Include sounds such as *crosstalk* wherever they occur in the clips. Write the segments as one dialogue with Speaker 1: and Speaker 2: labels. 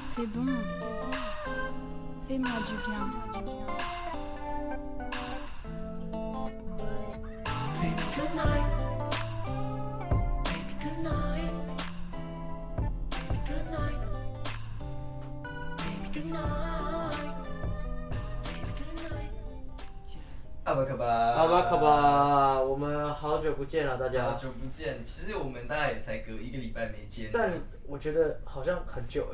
Speaker 1: C'est bon, c'est bon. Fais-moi du bien.
Speaker 2: Baby, good night. Baby, good night. Baby, good night. Baby, good night. Baby, good night.
Speaker 3: 阿巴卡巴，
Speaker 4: 阿巴卡，巴，我们好久不见了，大
Speaker 3: 好
Speaker 4: 家。
Speaker 3: 久不见。其实我们大概也才隔一个礼拜没见，
Speaker 4: 但我觉得好像很久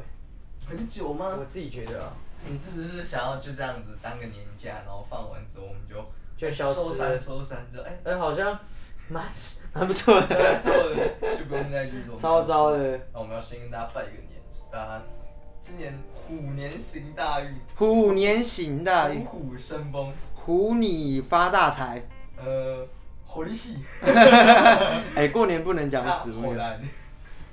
Speaker 3: 很久
Speaker 4: 哎、我
Speaker 3: 吗？
Speaker 4: 自己觉得啊，
Speaker 3: 你是不是想要就这样子当个年假，然后放完之后我们就
Speaker 4: 就消
Speaker 3: 收
Speaker 4: 失了
Speaker 3: 山。收山之后，哎、
Speaker 4: 哎、好像蛮蛮不错
Speaker 3: 不
Speaker 4: 的，
Speaker 3: 错的，就不用再去做。
Speaker 4: *laughs* 超糟。的。
Speaker 3: 那我们要先跟大家拜个年，祝大家今年虎年行大运，
Speaker 4: 虎年行大
Speaker 3: 虎
Speaker 4: 运，
Speaker 3: 虎生风。
Speaker 4: 虎你发大财。
Speaker 3: 呃，好利息，
Speaker 4: 哎、过年不能讲
Speaker 3: 大
Speaker 4: 死
Speaker 3: 啊好
Speaker 4: 物。
Speaker 3: 难。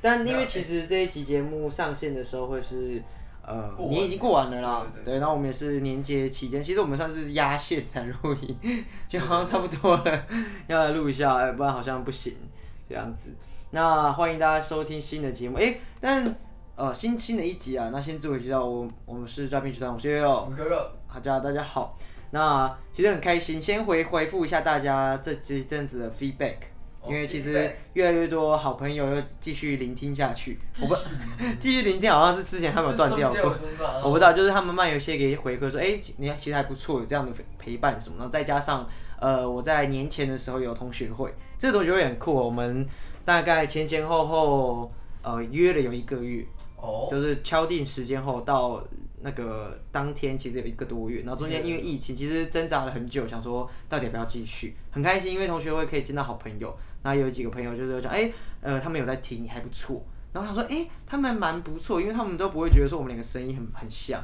Speaker 4: 但
Speaker 3: 啊
Speaker 4: 因为其实这一集节目上线的时候会是。呃，
Speaker 3: 过完
Speaker 4: 你已经过完了啦，
Speaker 3: 对对
Speaker 4: 对，然后我们也是年节期间，其实我们算是压线才录音， *laughs* 就好像差不多了，要来录一下，哎不然好像不行这样子。那欢迎大家收听新的节目，哎，但呃新新的一集啊，那先自我介绍，我我们是诈骗集团，我是悠悠，
Speaker 3: 我是哥哥，
Speaker 4: 好，大家大家好。那其实很开心，先回回复一下大家这这一阵子的 feedback，、
Speaker 3: 哦
Speaker 4: 因为其实
Speaker 3: feedback
Speaker 4: 越来越多好朋友又继续聆听下去。 *laughs*
Speaker 3: 继
Speaker 4: 我
Speaker 3: 续
Speaker 4: 不继续聆听，好像是之前他们有断掉
Speaker 3: 是中间
Speaker 4: 过
Speaker 3: 有，中断啊
Speaker 4: 我不知道，就是他们慢有些给回馈说，哎、你其实还不错，有这样的陪伴什么，然后再加上呃，我在年前的时候有同学会，这个同学会很酷、哦，我们大概前前后后呃约了有一个月，
Speaker 3: 哦，
Speaker 4: 就是敲定时间后到那个当天，其实有一个多月，然后中间因为疫情，其实挣扎了很久，想说到底要不要继续。很开心，因为同学会可以见到好朋友，那有几个朋友就是讲，哎、呃，他们有在听，还不错。然后想说，哎、他们蛮不错，因为他们都不会觉得说我们两个声音很很像，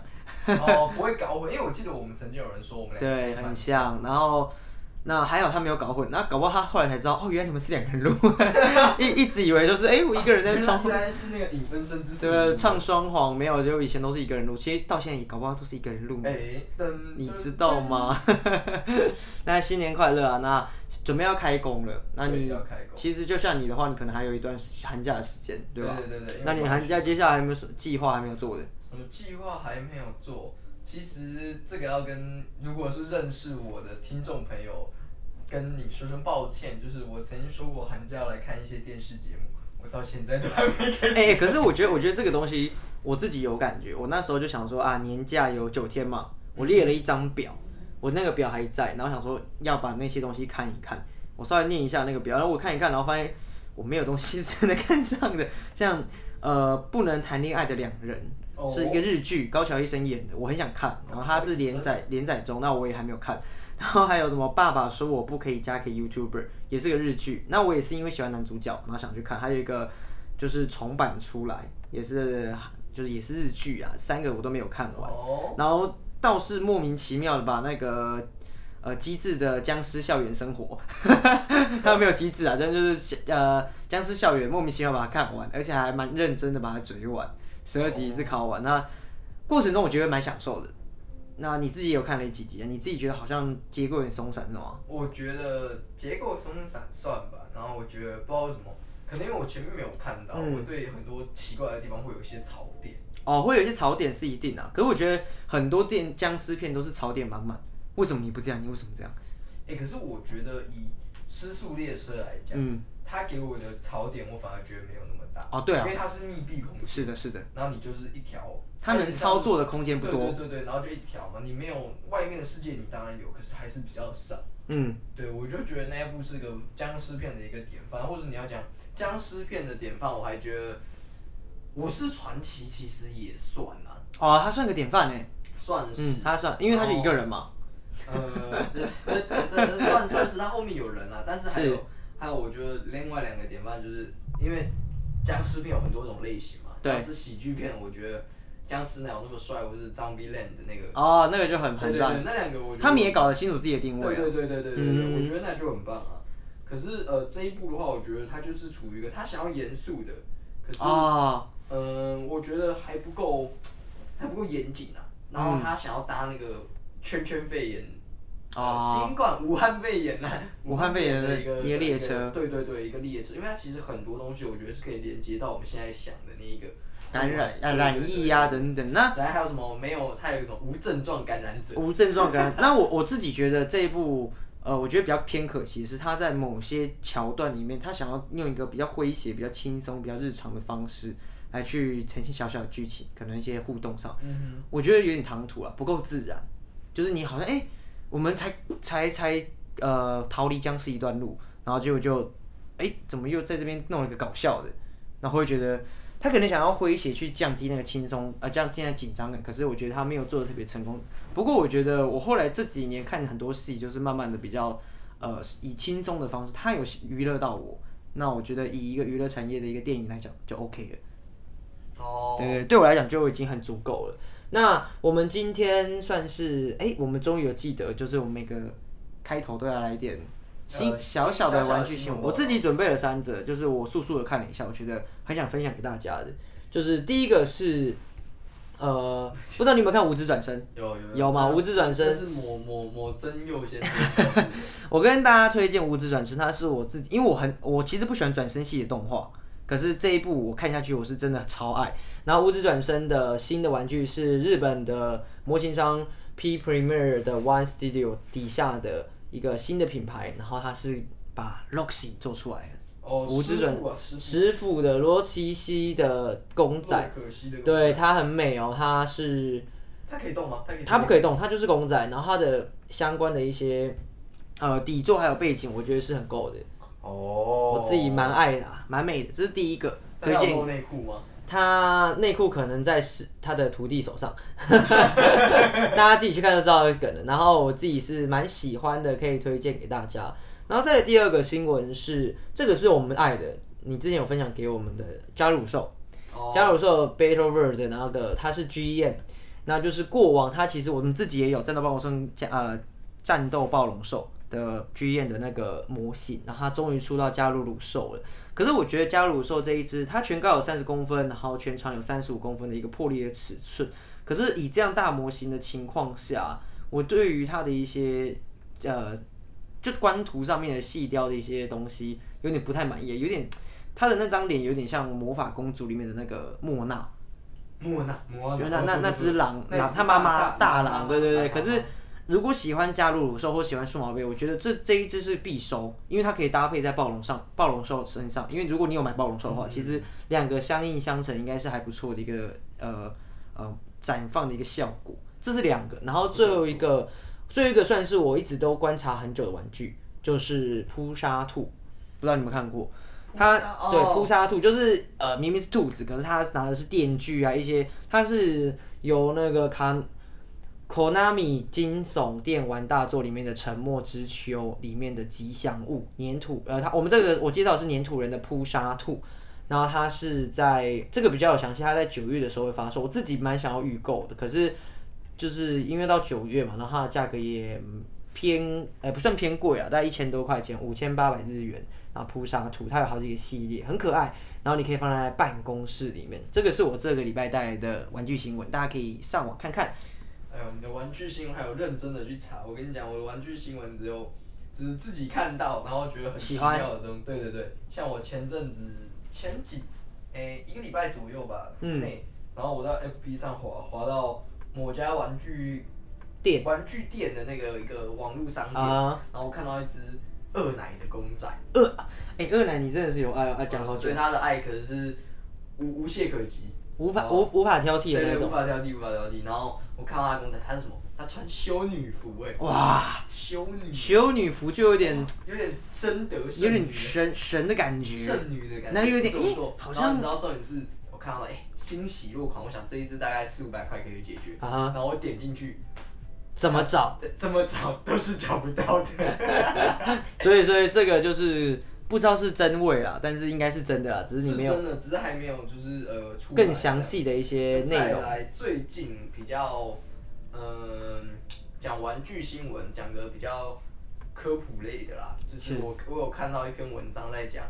Speaker 3: 哦，不会搞混，因为我记得我们曾经有人说我们两个
Speaker 4: 对，
Speaker 3: 声音
Speaker 4: 很
Speaker 3: 蛮。
Speaker 4: 像。然后那还好他没有搞混，那搞不好他后来才知道，哦，原来你们是两个
Speaker 3: *laughs*
Speaker 4: 人录，一一直以为就是，哎、我一个人在窗户
Speaker 3: 原来是那个影分身之
Speaker 4: 这个唱双簧没有，就以前都是一个人录，其实到现在也搞不好都是一个人录。
Speaker 3: 哎，噔，
Speaker 4: 你知
Speaker 3: *laughs*
Speaker 4: 道吗？那新年快乐啊！那准备要开工了，那
Speaker 3: 对
Speaker 4: 你
Speaker 3: 要开工
Speaker 4: 其实就像你的话，你可能还有一段寒假的时间，
Speaker 3: 对
Speaker 4: 吧？
Speaker 3: 对对对，
Speaker 4: 那
Speaker 3: 因为
Speaker 4: 你
Speaker 3: 我
Speaker 4: 寒假接下来有没有什么计划还没有做的？
Speaker 3: 什么计划还没有做？其实这个要跟如果是认识我的听众朋友，跟你说声抱歉，就是我曾经说过寒假要来看一些电视节目，我到现在都还没开始。
Speaker 4: *laughs* 哎、可是我觉得，我觉得这个东西我自己有感觉。我那时候就想说啊，年假有九天嘛，我列了一张表，我那个表还在，然后想说要把那些东西看一看，我稍微念一下那个表，然后我看一看，然后发现我没有东西真的看上的，像呃不能谈恋爱的两人。
Speaker 3: 哦
Speaker 4: 是一个日剧，高桥医生演的，我很想看。然后它是连载连载中，那我也还没有看。 *laughs* 然后还有什么《爸爸说我不可以嫁给 YouTuber》，也是个日剧。那我也是因为喜欢男主角，然后想去看。还有一个就是重版出来，也是就是也是日剧啊，三个我都没有看完。
Speaker 3: 哦，
Speaker 4: 然后倒是莫名其妙的把那个呃机智的僵尸校园生活， *laughs* 他没有机智啊，但就是呃僵尸校园莫名其妙把它看完，而且还蛮认真的把它追完，十二集一次考完。那过程中我觉得蛮享受的。那你自己有看了几集啊？你自己觉得好像结构有点松散，是吗？
Speaker 3: 我觉得结构松散算吧，然后我觉得不知道为什么，可能因为我前面没有看到，
Speaker 4: 嗯
Speaker 3: 我对很多奇怪的地方会有一些槽点。
Speaker 4: 哦，会有一些槽点是一定啊，可是我觉得很多电僵尸片都是槽点满满。为什么你不这样？你为什么这样？
Speaker 3: 哎、可是我觉得以失速列车来讲，
Speaker 4: 嗯，
Speaker 3: 它给我的槽点我反而觉得没有那么大。
Speaker 4: 哦对啊
Speaker 3: 因为它是密闭空间，
Speaker 4: 是的，是的，
Speaker 3: 然后你就是一条，
Speaker 4: 它能操作的空间不
Speaker 3: 对
Speaker 4: 多。
Speaker 3: 对对对，然后就一条嘛，你没有外面的世界，你当然有，可是还是比较少。
Speaker 4: 嗯，
Speaker 3: 对，我就觉得那一部是个僵尸片的一个典范，或者你要讲僵尸片的典范，我还觉得《我是传奇》其实也算啦，
Speaker 4: 哦，他算个典范哎。
Speaker 3: 算是。
Speaker 4: 嗯，他算，因为他就一个人嘛。
Speaker 3: 呃，呃呃呃算算是他后面有人啦，但是还
Speaker 4: 是
Speaker 3: 有还有，我觉得另外两个典范就是因为僵尸片有很多种类型嘛，
Speaker 4: 对
Speaker 3: 僵尸喜剧片，我觉得僵尸哪有那么帅，或是 Zombie Land 的那个，
Speaker 4: 哦，那个就很
Speaker 3: 对
Speaker 4: 很
Speaker 3: 对
Speaker 4: 赞
Speaker 3: 对，。那两个我觉得
Speaker 4: 他们也搞得清楚自己的定
Speaker 3: 对
Speaker 4: 位啊。
Speaker 3: 对对对对对对，
Speaker 4: 嗯
Speaker 3: 我觉得那就很棒啊。可是呃这一部的话，我觉得他就是处于一个他想要严肃的，可是
Speaker 4: 哦，
Speaker 3: 嗯，我觉得还不
Speaker 4: 嗯
Speaker 3: 够，还不够严谨啊。然后他想要搭那个圈圈肺炎呃新冠武汉肺炎啊呢，
Speaker 4: 哦武汉肺炎
Speaker 3: 的一个
Speaker 4: 一个列车
Speaker 3: 对对对，一个列车，因为它其实很多东西，我觉得是可以连接到我们现在想的那一个
Speaker 4: 感染啊、
Speaker 3: 对
Speaker 4: 染疫呀、。
Speaker 3: 对对对
Speaker 4: 等等。那
Speaker 3: 然后还有什么没有？它有什么无症状感染者？
Speaker 4: 无症状感染，那我我自己觉得这一部，呃，我觉得比较偏可惜的是，他在某些桥段里面，他想要用一个比较诙谐、比较轻松、比较日常的方式来去呈现小小的剧情，可能一些互动上，
Speaker 3: 嗯
Speaker 4: 我觉得有点唐突啊了，不够自然。就是你好像哎、诶我们才才才呃逃离僵尸一段路，然后结果就哎、诶怎么又在这边弄了一个搞笑的，然后会觉得他可能想要诙谐去降低那个轻松呃降低那个紧张感，可是我觉得他没有做的特别成功。不过我觉得我后来这几年看很多戏，就是慢慢的比较呃以轻松的方式，他有娱乐到我。那我觉得以一个娱乐产业的一个电影来讲就 OK 了。
Speaker 3: 哼，哦，
Speaker 4: 对，对我来讲就已经很足够了。那我们今天算是，哎、我们终于有记得，就是我们每个开头都要来一点新、
Speaker 3: 呃
Speaker 4: 小
Speaker 3: 小
Speaker 4: 小的
Speaker 3: 小的
Speaker 4: 玩具
Speaker 3: 新
Speaker 4: 新闻。
Speaker 3: 闻
Speaker 4: 我自己准备了三则，就是我速速的看了一下，我觉得很想分享给大家的。就是第一个是，呃，不知道你有没有看《无职转身》？
Speaker 3: 有有
Speaker 4: 有吗无知转身
Speaker 3: 这是某某某真佑先生。
Speaker 4: *laughs* 我跟大家推荐《无职转身》，它是我自己，因为我很我其实不喜欢转身系的动画，可是这一部我看下去我是真的超爱。然后《无职转身》的新的玩具是日本的模型商 P Premier 的 One Studio 底下的一个新的品牌，然后它是把 Roxy 做出来的，
Speaker 3: 哦，
Speaker 4: 无知
Speaker 3: 师
Speaker 4: 转
Speaker 3: 傅啊，师傅，
Speaker 4: 师傅的罗奇西的公仔，
Speaker 3: 可惜的，
Speaker 4: 对，它很美哦，它是
Speaker 3: 它可以动吗？它可以，
Speaker 4: 它不可以动，它就是公仔，然后它的相关的一些呃底座还有背景，我觉得是很够的。
Speaker 3: 哦，
Speaker 4: 我自己蛮爱的啊，蛮美的。这是第一个
Speaker 3: 它
Speaker 4: 推
Speaker 3: 有
Speaker 4: 荐。
Speaker 3: 露内裤吗？
Speaker 4: 他内裤可能在是他的徒弟手上， *laughs* 大家自己去看就知道的梗了。然后我自己是蛮喜欢的，可以推荐给大家。然后再来第二个新闻是，这个是我们爱的，你之前有分享给我们的加鲁兽，
Speaker 3: 哦，
Speaker 4: 加鲁兽 Battle Verse 的那个它是 GEM，那就是过往它其实我们自己也有战斗暴龙兽加呃战斗暴龙兽的 GEM 的那个模型，然后它终于出到加鲁鲁兽了。可是我觉得加鲁鲁兽这一只，它全高有三十公分，然后全长有三十五公分的一个破裂的尺寸。可是以这样大模型的情况下，我对于它的一些呃，就官图上面的细雕的一些东西，有点不太满意，有点他的那张脸有点像魔法公主里面的那个莫娜，
Speaker 3: 莫娜，莫
Speaker 4: 就
Speaker 3: 娜，
Speaker 4: 那那那只狼，
Speaker 3: 那
Speaker 4: 狼
Speaker 3: 只
Speaker 4: 他妈妈
Speaker 3: 大
Speaker 4: 大
Speaker 3: 大
Speaker 4: 狼，
Speaker 3: 大
Speaker 4: 对对对。
Speaker 3: 大啊
Speaker 4: 可是如果喜欢加入鲁兽或喜欢数码贝，我觉得这这一只是必收，因为它可以搭配在暴龙上暴龙兽身上，因为如果你有买暴龙兽的
Speaker 3: 嗯
Speaker 4: 话，其实两个相映相成，应该是还不错的一个呃呃绽放的一个效果。这是两个，然后最后一
Speaker 3: 嗯
Speaker 4: 个最后一个算是我一直都观察很久的玩具，就是扑杀兔，不知道你们看过。它
Speaker 3: 哦
Speaker 4: 对扑杀兔就是呃，明明是兔子，可是它拿的是电锯啊，一些它是由那个卡 Konami 惊悚电玩大作里面的《沉默之丘》里面的吉祥物粘土，呃，它我们这个我介绍的是粘土人的扑杀兔，然后它是在这个比较有详细，它在九月的时候会发售，我自己蛮想要预购的，可是就是因为到九月嘛，然后它的价格也偏，呃，不算偏贵啊，大概一千多块钱，五千八百日元。然后扑杀图，它有好几个系列，很可爱。然后你可以放在办公室里面，这个是我这个礼拜带来的玩具新闻，大家可以上网看看。
Speaker 3: 哎呦，你的玩具新闻还有认真的去查。我跟你讲，我的玩具新闻只有只是自己看到，然后觉得很
Speaker 4: 喜
Speaker 3: 奇
Speaker 4: 欢
Speaker 3: 妙的东西。对对对，像我前阵子前几诶、一个礼拜左右吧
Speaker 4: 嗯
Speaker 3: 内，然后我到 FB 上滑滑到某家玩具
Speaker 4: 店
Speaker 3: 玩具店的那个一个网络商店，
Speaker 4: 啊，
Speaker 3: 然后我看到一只二奶的公仔，
Speaker 4: 哎，二奶你真的是有爱爱讲好
Speaker 3: 我
Speaker 4: 久
Speaker 3: 对，它的爱可是无无懈可击。
Speaker 4: 无法
Speaker 3: 哦
Speaker 4: 无无法挑
Speaker 3: 对
Speaker 4: 剔的那
Speaker 3: 对，无
Speaker 4: 种。
Speaker 3: 法挑剔，无法挑剔。然后我看到他的公仔，他是什么？他穿修女服哎、
Speaker 4: 哇，
Speaker 3: 修女
Speaker 4: 哦修女服就有点
Speaker 3: 有点深得
Speaker 4: 有
Speaker 3: 圣女
Speaker 4: 点
Speaker 3: 的
Speaker 4: 神神的感觉，
Speaker 3: 圣女的感觉，
Speaker 4: 那有点
Speaker 3: 不错不错
Speaker 4: 咦好
Speaker 3: 然后
Speaker 4: 像
Speaker 3: 你知道重点是，我看到了，哎、欣喜若狂，我想这一只大概四五百块可以解决。
Speaker 4: 啊哈
Speaker 3: 然后我点进去，
Speaker 4: 怎么找？
Speaker 3: *laughs*
Speaker 4: *laughs*
Speaker 3: 怎怎么找都是找不到的，
Speaker 4: 所以所以这个就是不知道是真伪啦，但是应该是真的啦， *laughs* 只是
Speaker 3: 是
Speaker 4: 你没有
Speaker 3: 真的，只是还没有就是呃出来
Speaker 4: 更详细的一些
Speaker 3: 这样
Speaker 4: 内容
Speaker 3: 再。来最近比较，嗯、讲玩具新闻，讲个比较科普类的啦，就是我我有看到一篇文章在讲，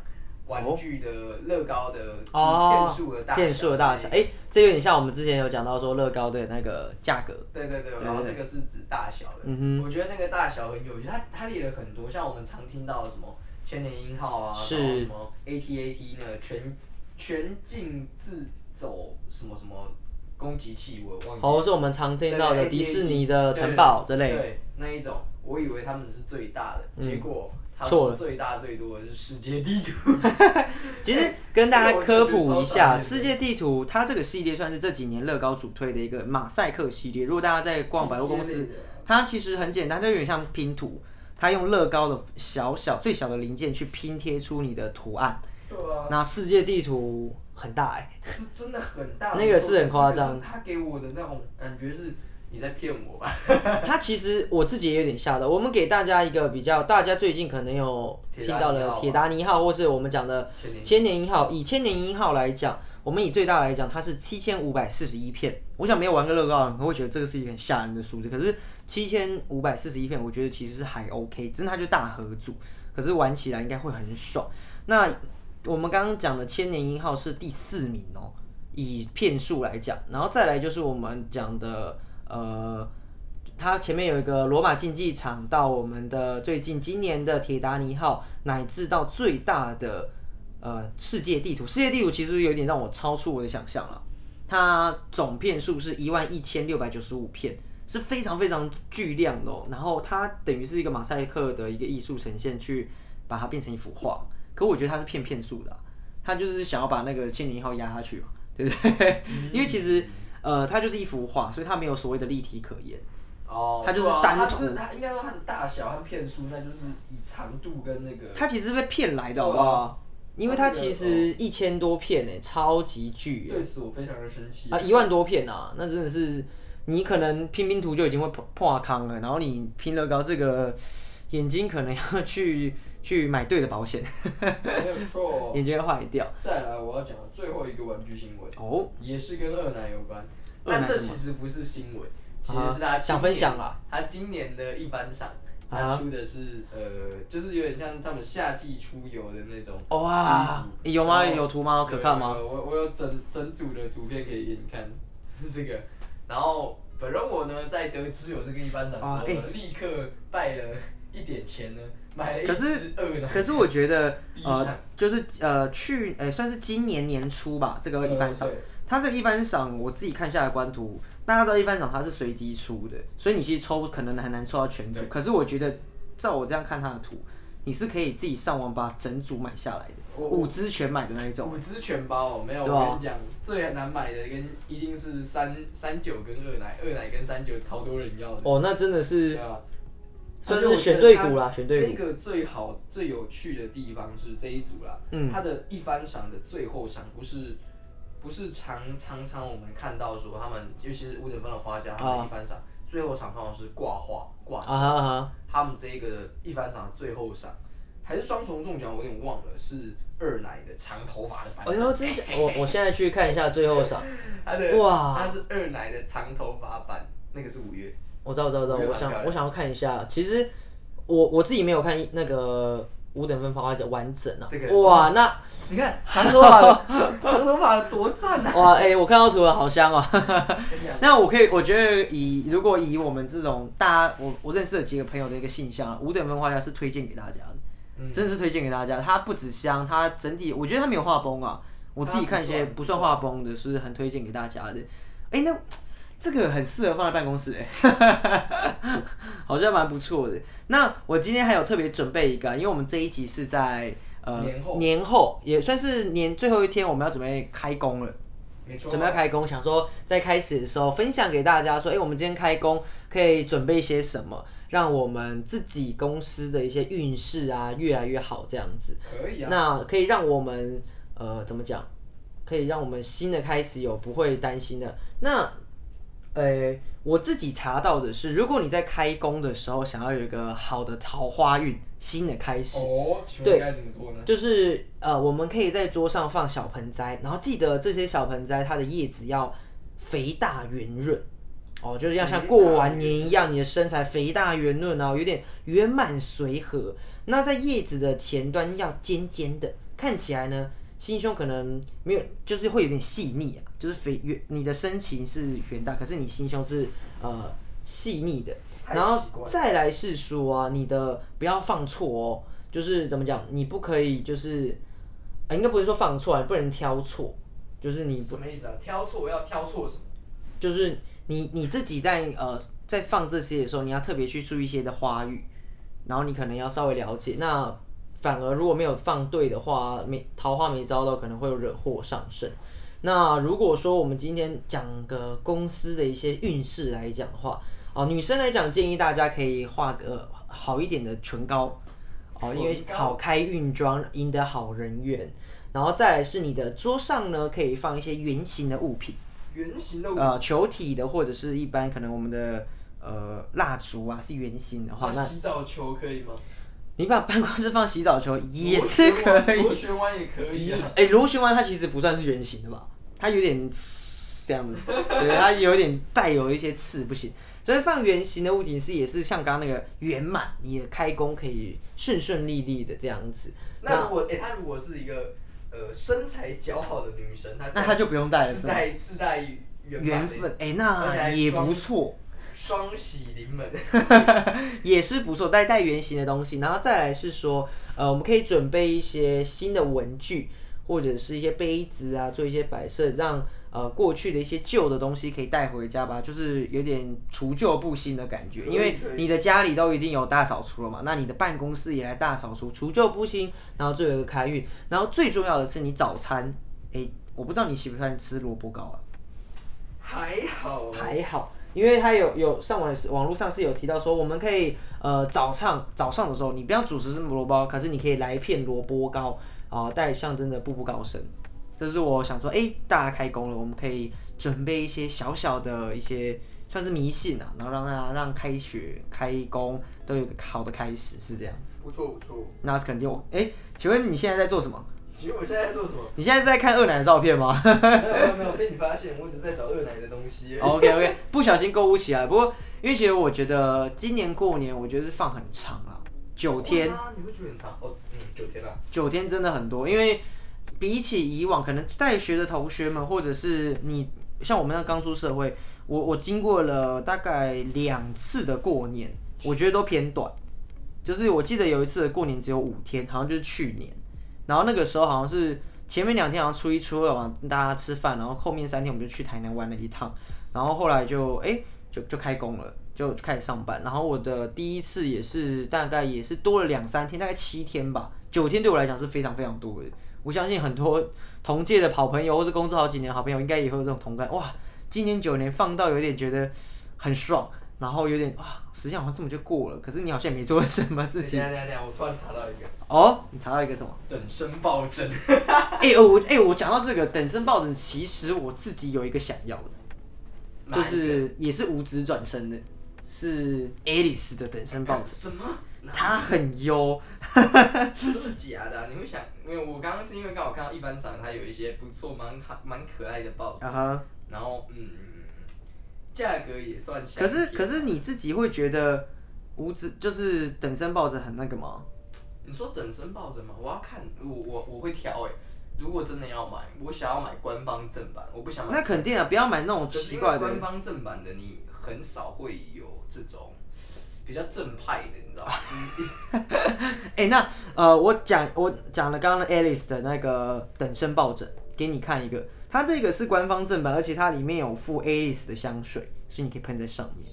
Speaker 3: 玩具的乐高的
Speaker 4: 哦
Speaker 3: 就是片数的大小，
Speaker 4: 变数的大小，哎、这有点像我们之前有讲到说乐高的那个价格，
Speaker 3: 对对
Speaker 4: 对
Speaker 3: 对，然后这个是指大小的，
Speaker 4: 嗯
Speaker 3: 我觉得那个大小很有趣，它它列了很多，像我们常听到的什么千年鹰号啊，
Speaker 4: 是
Speaker 3: 然后什么 ATAT 那个全全径自走什么什么攻击器，我忘记了
Speaker 4: 哦，是我们常听到的
Speaker 3: 对对
Speaker 4: 迪士
Speaker 3: AT&T
Speaker 4: 尼的城堡之类的。嗯
Speaker 3: 对那一种，我以为他们是最大的，结果他
Speaker 4: 错
Speaker 3: 说最大最多的是世界地图。
Speaker 4: *laughs* 其
Speaker 3: 哎
Speaker 4: 实跟大家科普一下，
Speaker 3: 这个我觉得超商业的
Speaker 4: 世界地图它这个系列算是这几年乐高主推的一个马赛克系列。如果大家在逛百货公司，它其实很简单，它有点像拼图，它用乐高的小小最小的零件去拼贴出你的图案。
Speaker 3: 对啊，
Speaker 4: 那世界地图很大哎、
Speaker 3: 是真的很大，
Speaker 4: 那个是很夸张
Speaker 3: 可是他给我的那种感觉是你在骗我吧？ *laughs*
Speaker 4: 它其实我自己也有点吓到。我们给大家一个比较，大家最近可能有听到
Speaker 3: 铁达尼
Speaker 4: 的
Speaker 3: 号
Speaker 4: 铁达尼号，或是我们讲的
Speaker 3: 千年
Speaker 4: 千年一号。以千年一号来讲，我们以最大来讲，它是七千五百四十一片。我想没有玩过乐高的人，可能会觉得这个是一个很吓人的数字。可是七千五百四十一片，我觉得其实是还 OK，只是它就大合组，可是玩起来应该会很爽。那我们刚刚讲的千年一号是第四名哦，以片数来讲，然后再来就是我们讲的呃。它前面有一个罗马竞技场，到我们的最近今年的铁达尼号，乃至到最大的呃世界地图。世界地图其实有点让我超出我的想象了，它总片数是一万一千六百九十五片，是非常非常巨量的、哦。然后它等于是一个马赛克的一个艺术呈现，去把它变成一幅画。可我觉得它是骗片数的啊、它就是想要把那个千年一号压下去嘛，对不对？ *laughs* 因为其实呃，它就是一幅画，所以它没有所谓的立体可言。
Speaker 3: 哦，
Speaker 4: 它就是
Speaker 3: 对啊
Speaker 4: 单
Speaker 3: 它就
Speaker 4: 图
Speaker 3: 是它应该说它的大小和片数，那就是以长度跟那个。
Speaker 4: 它其实是被骗来的，好
Speaker 3: 对啊
Speaker 4: 不好？因为它
Speaker 3: 它那个
Speaker 4: 其实一千多片诶、超级巨
Speaker 3: 哦对此我非常的生气
Speaker 4: 啊，一万多片啊，那真的是你可能拼拼图就已经会破破康了，然后你拼乐高这个眼睛可能要去 *laughs* 去买对的保险，
Speaker 3: 哦没有
Speaker 4: *laughs*
Speaker 3: 错。
Speaker 4: 眼睛会坏掉。
Speaker 3: 再来，我要讲最后一个玩具新闻，
Speaker 4: 哦，
Speaker 3: 也是跟二奶有关。
Speaker 4: 二
Speaker 3: 但
Speaker 4: 奶
Speaker 3: 这
Speaker 4: 什么
Speaker 3: 其实不是新闻，其
Speaker 4: 啊
Speaker 3: 实是他今
Speaker 4: 想分
Speaker 3: 年
Speaker 4: 享啊啦。
Speaker 3: 他今年的一番赏，
Speaker 4: 啊
Speaker 3: 他出的是呃，就是有点像他们夏季出游的那种。
Speaker 4: 哇，
Speaker 3: 嗯
Speaker 4: 有吗？
Speaker 3: 然后
Speaker 4: 有图吗？可看吗？
Speaker 3: 有有有我我有整整组的图片可以给你看，是这个。然后本人我呢，在得知有这个一番赏之
Speaker 4: 啊
Speaker 3: 后呢，立刻败了一点钱呢，买了一
Speaker 4: 可是
Speaker 3: 只二奶。
Speaker 4: 可是我觉得，
Speaker 3: 第一
Speaker 4: 呃
Speaker 3: 项，
Speaker 4: 就是呃，去，呃，算是今年年初吧，这个一番赏
Speaker 3: 呃对，
Speaker 4: 它这个一番赏，我自己看下来官图，大家知道一番赏它是随机出的，所以你其实抽可能很难抽到全组。可是我觉得，照我这样看它的图，你是可以自己上网把整组买下来的，
Speaker 3: 我
Speaker 4: 五只全买的那一种。
Speaker 3: 五只全包、哦，没有，
Speaker 4: 对啊
Speaker 3: 我跟你讲，最难买的跟一定是三三九跟二奶，二奶跟三九超多人要的，
Speaker 4: 哦，那真的是
Speaker 3: 对啊，
Speaker 4: 算
Speaker 3: 而且
Speaker 4: 是
Speaker 3: 我觉
Speaker 4: 选
Speaker 3: 得
Speaker 4: 对
Speaker 3: 它
Speaker 4: 股啦，选对股。
Speaker 3: 这个最好最有趣的地方是这一组啦，
Speaker 4: 嗯
Speaker 3: 它的一番赏的最后赏不是不是常常常我们看到说他们，尤其是五等分的花家，他们的一番赏、最后赏通常是挂画挂
Speaker 4: 啊哈哈，
Speaker 3: 他们这个一番赏的最后赏，还是双重中奖，我有点忘了，是二奶的长头发的版
Speaker 4: 哎
Speaker 3: 本。
Speaker 4: 呦，真假我我现在去看一下最后赏，
Speaker 3: 他的
Speaker 4: 哇
Speaker 3: 他是二奶的长头发版，那个是五月。
Speaker 4: 我知道，我知道，我知道，
Speaker 3: 我觉得
Speaker 4: 我
Speaker 3: 蛮漂
Speaker 4: 想
Speaker 3: 亮
Speaker 4: 我想要看一下。其实我我自己没有看那个五等分发花的完整啊。
Speaker 3: 这个
Speaker 4: 哇，那
Speaker 3: 你
Speaker 4: *laughs*
Speaker 3: 看长头发的长头发的多赞啊！
Speaker 4: 哇哎、我看到图了，好香哦、
Speaker 3: 跟你讲
Speaker 4: *laughs* 那我可以，我觉得以如果以我们这种大家，我我认识的几个朋友的一个信箱啊，五等分花家是推荐给大家的，
Speaker 3: 嗯
Speaker 4: 真的是推荐给大家。它不止香，它整体我觉得它没有画崩啊，我自己看一些
Speaker 3: 它
Speaker 4: 不
Speaker 3: 不
Speaker 4: 算
Speaker 3: 算
Speaker 4: 画崩的，是很推荐给大家的。哎、那这个很适合放在办公室、欸， *laughs* 好像蛮不错的。那我今天还有特别准备一个啊，因为我们这一集是在呃
Speaker 3: 年后
Speaker 4: 年后也算是年最后一天，我们要准备开工了。
Speaker 3: 没错，
Speaker 4: 准备要开工，想说在开始的时候分享给大家说，哎、我们今天开工可以准备些什么，让我们自己公司的一些运势啊越来越好这样子。
Speaker 3: 可以啊。
Speaker 4: 那可以让我们呃怎么讲？可以让我们新的开始有不会担心的。那呃，我自己查到的是，如果你在开工的时候想要有一个好的桃花运，新的开始，
Speaker 3: 哦，请问该怎么做呢？
Speaker 4: 就是呃，我们可以在桌上放小盆栽，然后记得这些小盆栽它的叶子要肥大圆润。哦，就是要像过完年一样，你的身材肥大圆润啊，有点圆满随和。那在叶子的前端要尖尖的，看起来呢，心胸可能没有，就是会有点细腻啊，就是肥圆，你的身形是圆大，可是你心胸是呃细腻的。
Speaker 3: 太
Speaker 4: 然后
Speaker 3: 习惯
Speaker 4: 再来是说啊，你的不要放错哦，就是怎么讲，你不可以就是，呃、应该不是说放错啊，你不能挑错，就是你
Speaker 3: 什么意思啊？挑错要挑错什么？
Speaker 4: 就是你你自己在呃在放这些的时候，你要特别去注意一些的花语，然后你可能要稍微了解。那反而如果没有放对的话，没桃花没招到，可能会有惹祸上身。那如果说我们今天讲个公司的一些运势来讲的话，哦、女生来讲建议大家可以画个好一点的唇膏，哦，因为
Speaker 3: 唇膏
Speaker 4: 好开运妆，赢得好人缘。然后再来是你的桌上呢，可以放一些圆形的物品。
Speaker 3: 圆形的
Speaker 4: 呃球体的，或者是一般可能我们的呃蜡烛啊是圆形的话，
Speaker 3: 那
Speaker 4: 那
Speaker 3: 洗澡球可以吗？
Speaker 4: 你把办公室放洗澡球也是可以。
Speaker 3: 螺旋丸也可以啊。
Speaker 4: 哎、螺旋丸它其实不算是圆形的吧？它有点刺
Speaker 3: *laughs*
Speaker 4: 这样子，对，它有点带有一些刺，不行。所以放圆形的物体是也是像刚刚那个圆满，你的开工可以顺顺利利的这样子。
Speaker 3: 那如果哎、她如果是一个呃身材姣好的女生，她
Speaker 4: 那她就不用戴了是
Speaker 3: 自
Speaker 4: 吗
Speaker 3: 带自带
Speaker 4: 缘
Speaker 3: 缘
Speaker 4: 分，哎、
Speaker 3: 而且
Speaker 4: 那
Speaker 3: 还
Speaker 4: 也
Speaker 3: 双
Speaker 4: 不错。
Speaker 3: 双喜临
Speaker 4: *laughs*
Speaker 3: 门。
Speaker 4: 也是不错，带带圆形的东西，然后再来是说，呃，我们可以准备一些新的文具或者是一些杯子啊，做一些摆设，让呃过去的一些旧的东西可以带回家吧，就是有点除旧布新的感觉，
Speaker 3: 可以
Speaker 4: 因为
Speaker 3: 可以
Speaker 4: 你的家里都一定有大扫除了嘛，那你的办公室也来大扫除，除旧布新，然后最后一个开运，然后最重要的是你早餐，诶、我不知道你喜不喜欢吃萝卜糕啊。
Speaker 3: 还好，
Speaker 4: 还好，因为他有有上网网络上是有提到说，我们可以呃早上早上的时候，你不要主食是萝卜糕，可是你可以来一片萝卜糕啊，带、象征着步步高升。这是我想说，哎、大家开工了，我们可以准备一些小小的一些算是迷信啊，然后让大家让开学开工都有个好的开始，是这样。
Speaker 3: 不错不错。
Speaker 4: 那是肯定我，哎、请问你现在在做什么？
Speaker 3: 其实我现在在做什
Speaker 4: *laughs*
Speaker 3: 么？
Speaker 4: 你现在是在看二奶的照片吗？
Speaker 3: 没有没有没有被你发现，我只是在找二奶的东西而已。
Speaker 4: OK OK，不小心购物起来。不过，因为其实我觉得今年过年，我觉得是放很长了，九天，
Speaker 3: 哇，你会觉得很长哦？嗯，九天啦。
Speaker 4: 九天真的很多。因为比起以往，可能在学的同学们，或者是你像我们那刚出社会，我我经过了大概两次的过年，我觉得都偏短。就是我记得有一次的过年只有五天，好像就是去年，然后那个时候好像是前面两天好像初一初二嘛，大家吃饭，然后后面三天我们就去台南玩了一趟，然后后来就哎、就就开工了，就就开始上班。然后我的第一次也是大概也是多了两三天，大概七天吧，九天对我来讲是非常非常多的。我相信很多同届的好朋友，或是工作好几年的好朋友，应该也会有这种同感。哇，今年九年放到有点觉得很爽，然后有点哇，时间好像这么就过了，可是你好像也没做什么事情
Speaker 3: 等一下等一下等一下，我突然查到一个
Speaker 4: 哦。你查到一个什么？
Speaker 3: 等身暴增。
Speaker 4: 哎、哦，我哎、我讲到这个等身抱枕，其实我自己有一个想要的，
Speaker 3: 哪
Speaker 4: *laughs* 就
Speaker 3: 一个
Speaker 4: 是也是五指转身的，是 Alice 的等身抱
Speaker 3: *laughs*
Speaker 4: 枕，
Speaker 3: 什么？哪
Speaker 4: 它很优，
Speaker 3: 真的假的啊、你会想，因为我刚刚是因为刚好看到一番赏，它有一些不错、蛮好、蛮可爱的报纸，
Speaker 4: 啊哈。
Speaker 3: 然后嗯，价格也算相
Speaker 4: 可是
Speaker 3: 宜
Speaker 4: 可是你自己会觉得五指就是等身抱枕很那个吗？
Speaker 3: 你说等身抱枕吗？我要看，我我我会挑哎、如果真的要买，我想要买官方正版，我不想买。
Speaker 4: 那肯定啊，不要买那种
Speaker 3: 可是
Speaker 4: 奇
Speaker 3: 因为
Speaker 4: 怪的
Speaker 3: 官方正版的，你很少会有这种比较正派的，你知道吗？就是
Speaker 4: 哎、那呃，我讲我讲了刚刚的 Alice 的那个等身抱枕，给你看一个，它这个是官方正版，而且它里面有附 Alice 的香水，所以你可以喷在上面。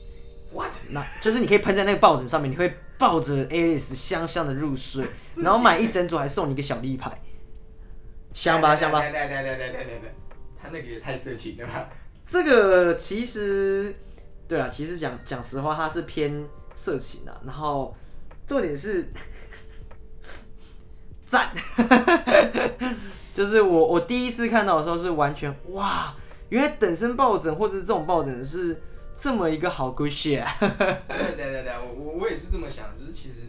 Speaker 3: what？
Speaker 4: 那就是你可以喷在那个抱枕上面，你会抱着 Alice 香香的入睡，然后买一整组还送你一个小立牌，香吧香吧。
Speaker 3: 来来来来来来来来，他那个也太色情了
Speaker 4: *laughs*
Speaker 3: 吧？
Speaker 4: 这个其实，对啊，其实讲讲实话，它是偏色情的、啊然后重点是 *laughs* 赞， *laughs* 就是我我第一次看到的时候是完全哇，原来等身抱枕或者是这种抱枕是这么一个好 good shit 啊。
Speaker 3: 对对对对，我我我也是这么想的，就是其实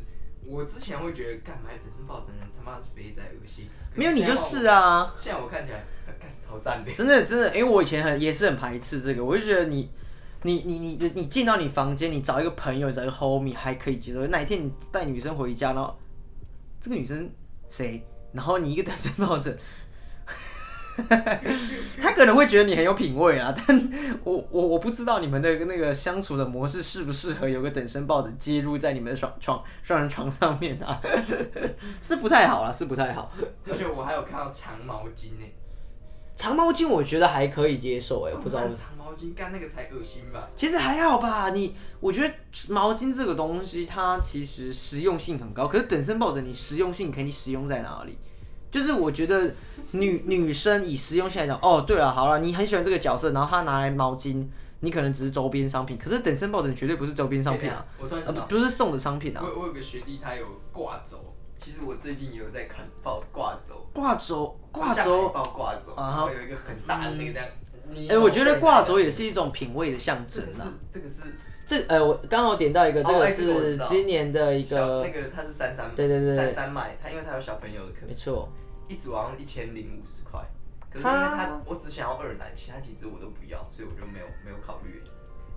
Speaker 3: 我之前会觉得，干买本身抱枕的人他妈是肥仔恶心，可
Speaker 4: 没有你
Speaker 3: 现在
Speaker 4: 就
Speaker 3: 我
Speaker 4: 是啊，
Speaker 3: 现在我看起来，呃干超赞的，
Speaker 4: 真的真的，因为我以前很也是很排斥这个，我就觉得你你你你你你进到你房间，你找一个朋友，找一个 homie 还可以接受。哪一天你带女生回家，然后这个女生谁？然后你一个单身抱枕， *laughs* 他可能会觉得你很有品味啊，但我我我不知道你们的那个相处的模式适不适合有个等身抱枕接入在你们的床床双人床上面啊， *laughs* 是不太好啦，是不太好。
Speaker 3: 而且我还有看到长毛巾呢、
Speaker 4: 长毛巾我觉得还可以接受、欸，哎，不知道为
Speaker 3: 动
Speaker 4: 什么
Speaker 3: 漫长毛巾干那个才恶心吧？
Speaker 4: 其实还好吧，你我觉得毛巾这个东西，它其实实用性很高。可是等身抱枕，你实用性肯定实用在哪里？就是我觉得女女生以实用性来讲，哦，对了，好了，你很喜欢这个角色，然后她拿来毛巾，你可能只是周边商品，可是等身抱枕绝对不是周边商品啊，
Speaker 3: 我突然
Speaker 4: 啊
Speaker 3: 想
Speaker 4: 不
Speaker 3: 到，
Speaker 4: 不是送的商品啊。
Speaker 3: 我我有个学弟，他有挂轴。其实我最近也有在看报挂轴，
Speaker 4: 挂轴，挂
Speaker 3: 就像
Speaker 4: 轴
Speaker 3: 海，报挂轴，
Speaker 4: 啊
Speaker 3: 然后有一个很大的那个这样。
Speaker 4: 哎、
Speaker 3: 哎
Speaker 4: 我觉得挂轴也是一种品味的象征
Speaker 3: 这个是
Speaker 4: 啊。
Speaker 3: 这个是
Speaker 4: 这呃，我刚刚我点到一个，这
Speaker 3: 哦
Speaker 4: 个
Speaker 3: 哎这个我
Speaker 4: 是
Speaker 3: 知道
Speaker 4: 今年的一
Speaker 3: 小
Speaker 4: 个
Speaker 3: 那，个他是三三
Speaker 4: 对对对对
Speaker 3: 三三卖，他因为他有小朋友的可
Speaker 4: 没
Speaker 3: 能
Speaker 4: 错，
Speaker 3: 一组好像一千零五十块，可是因
Speaker 4: 他
Speaker 3: 为他我只想要二奶，其他几只我都不要，所以我就没有没有考虑。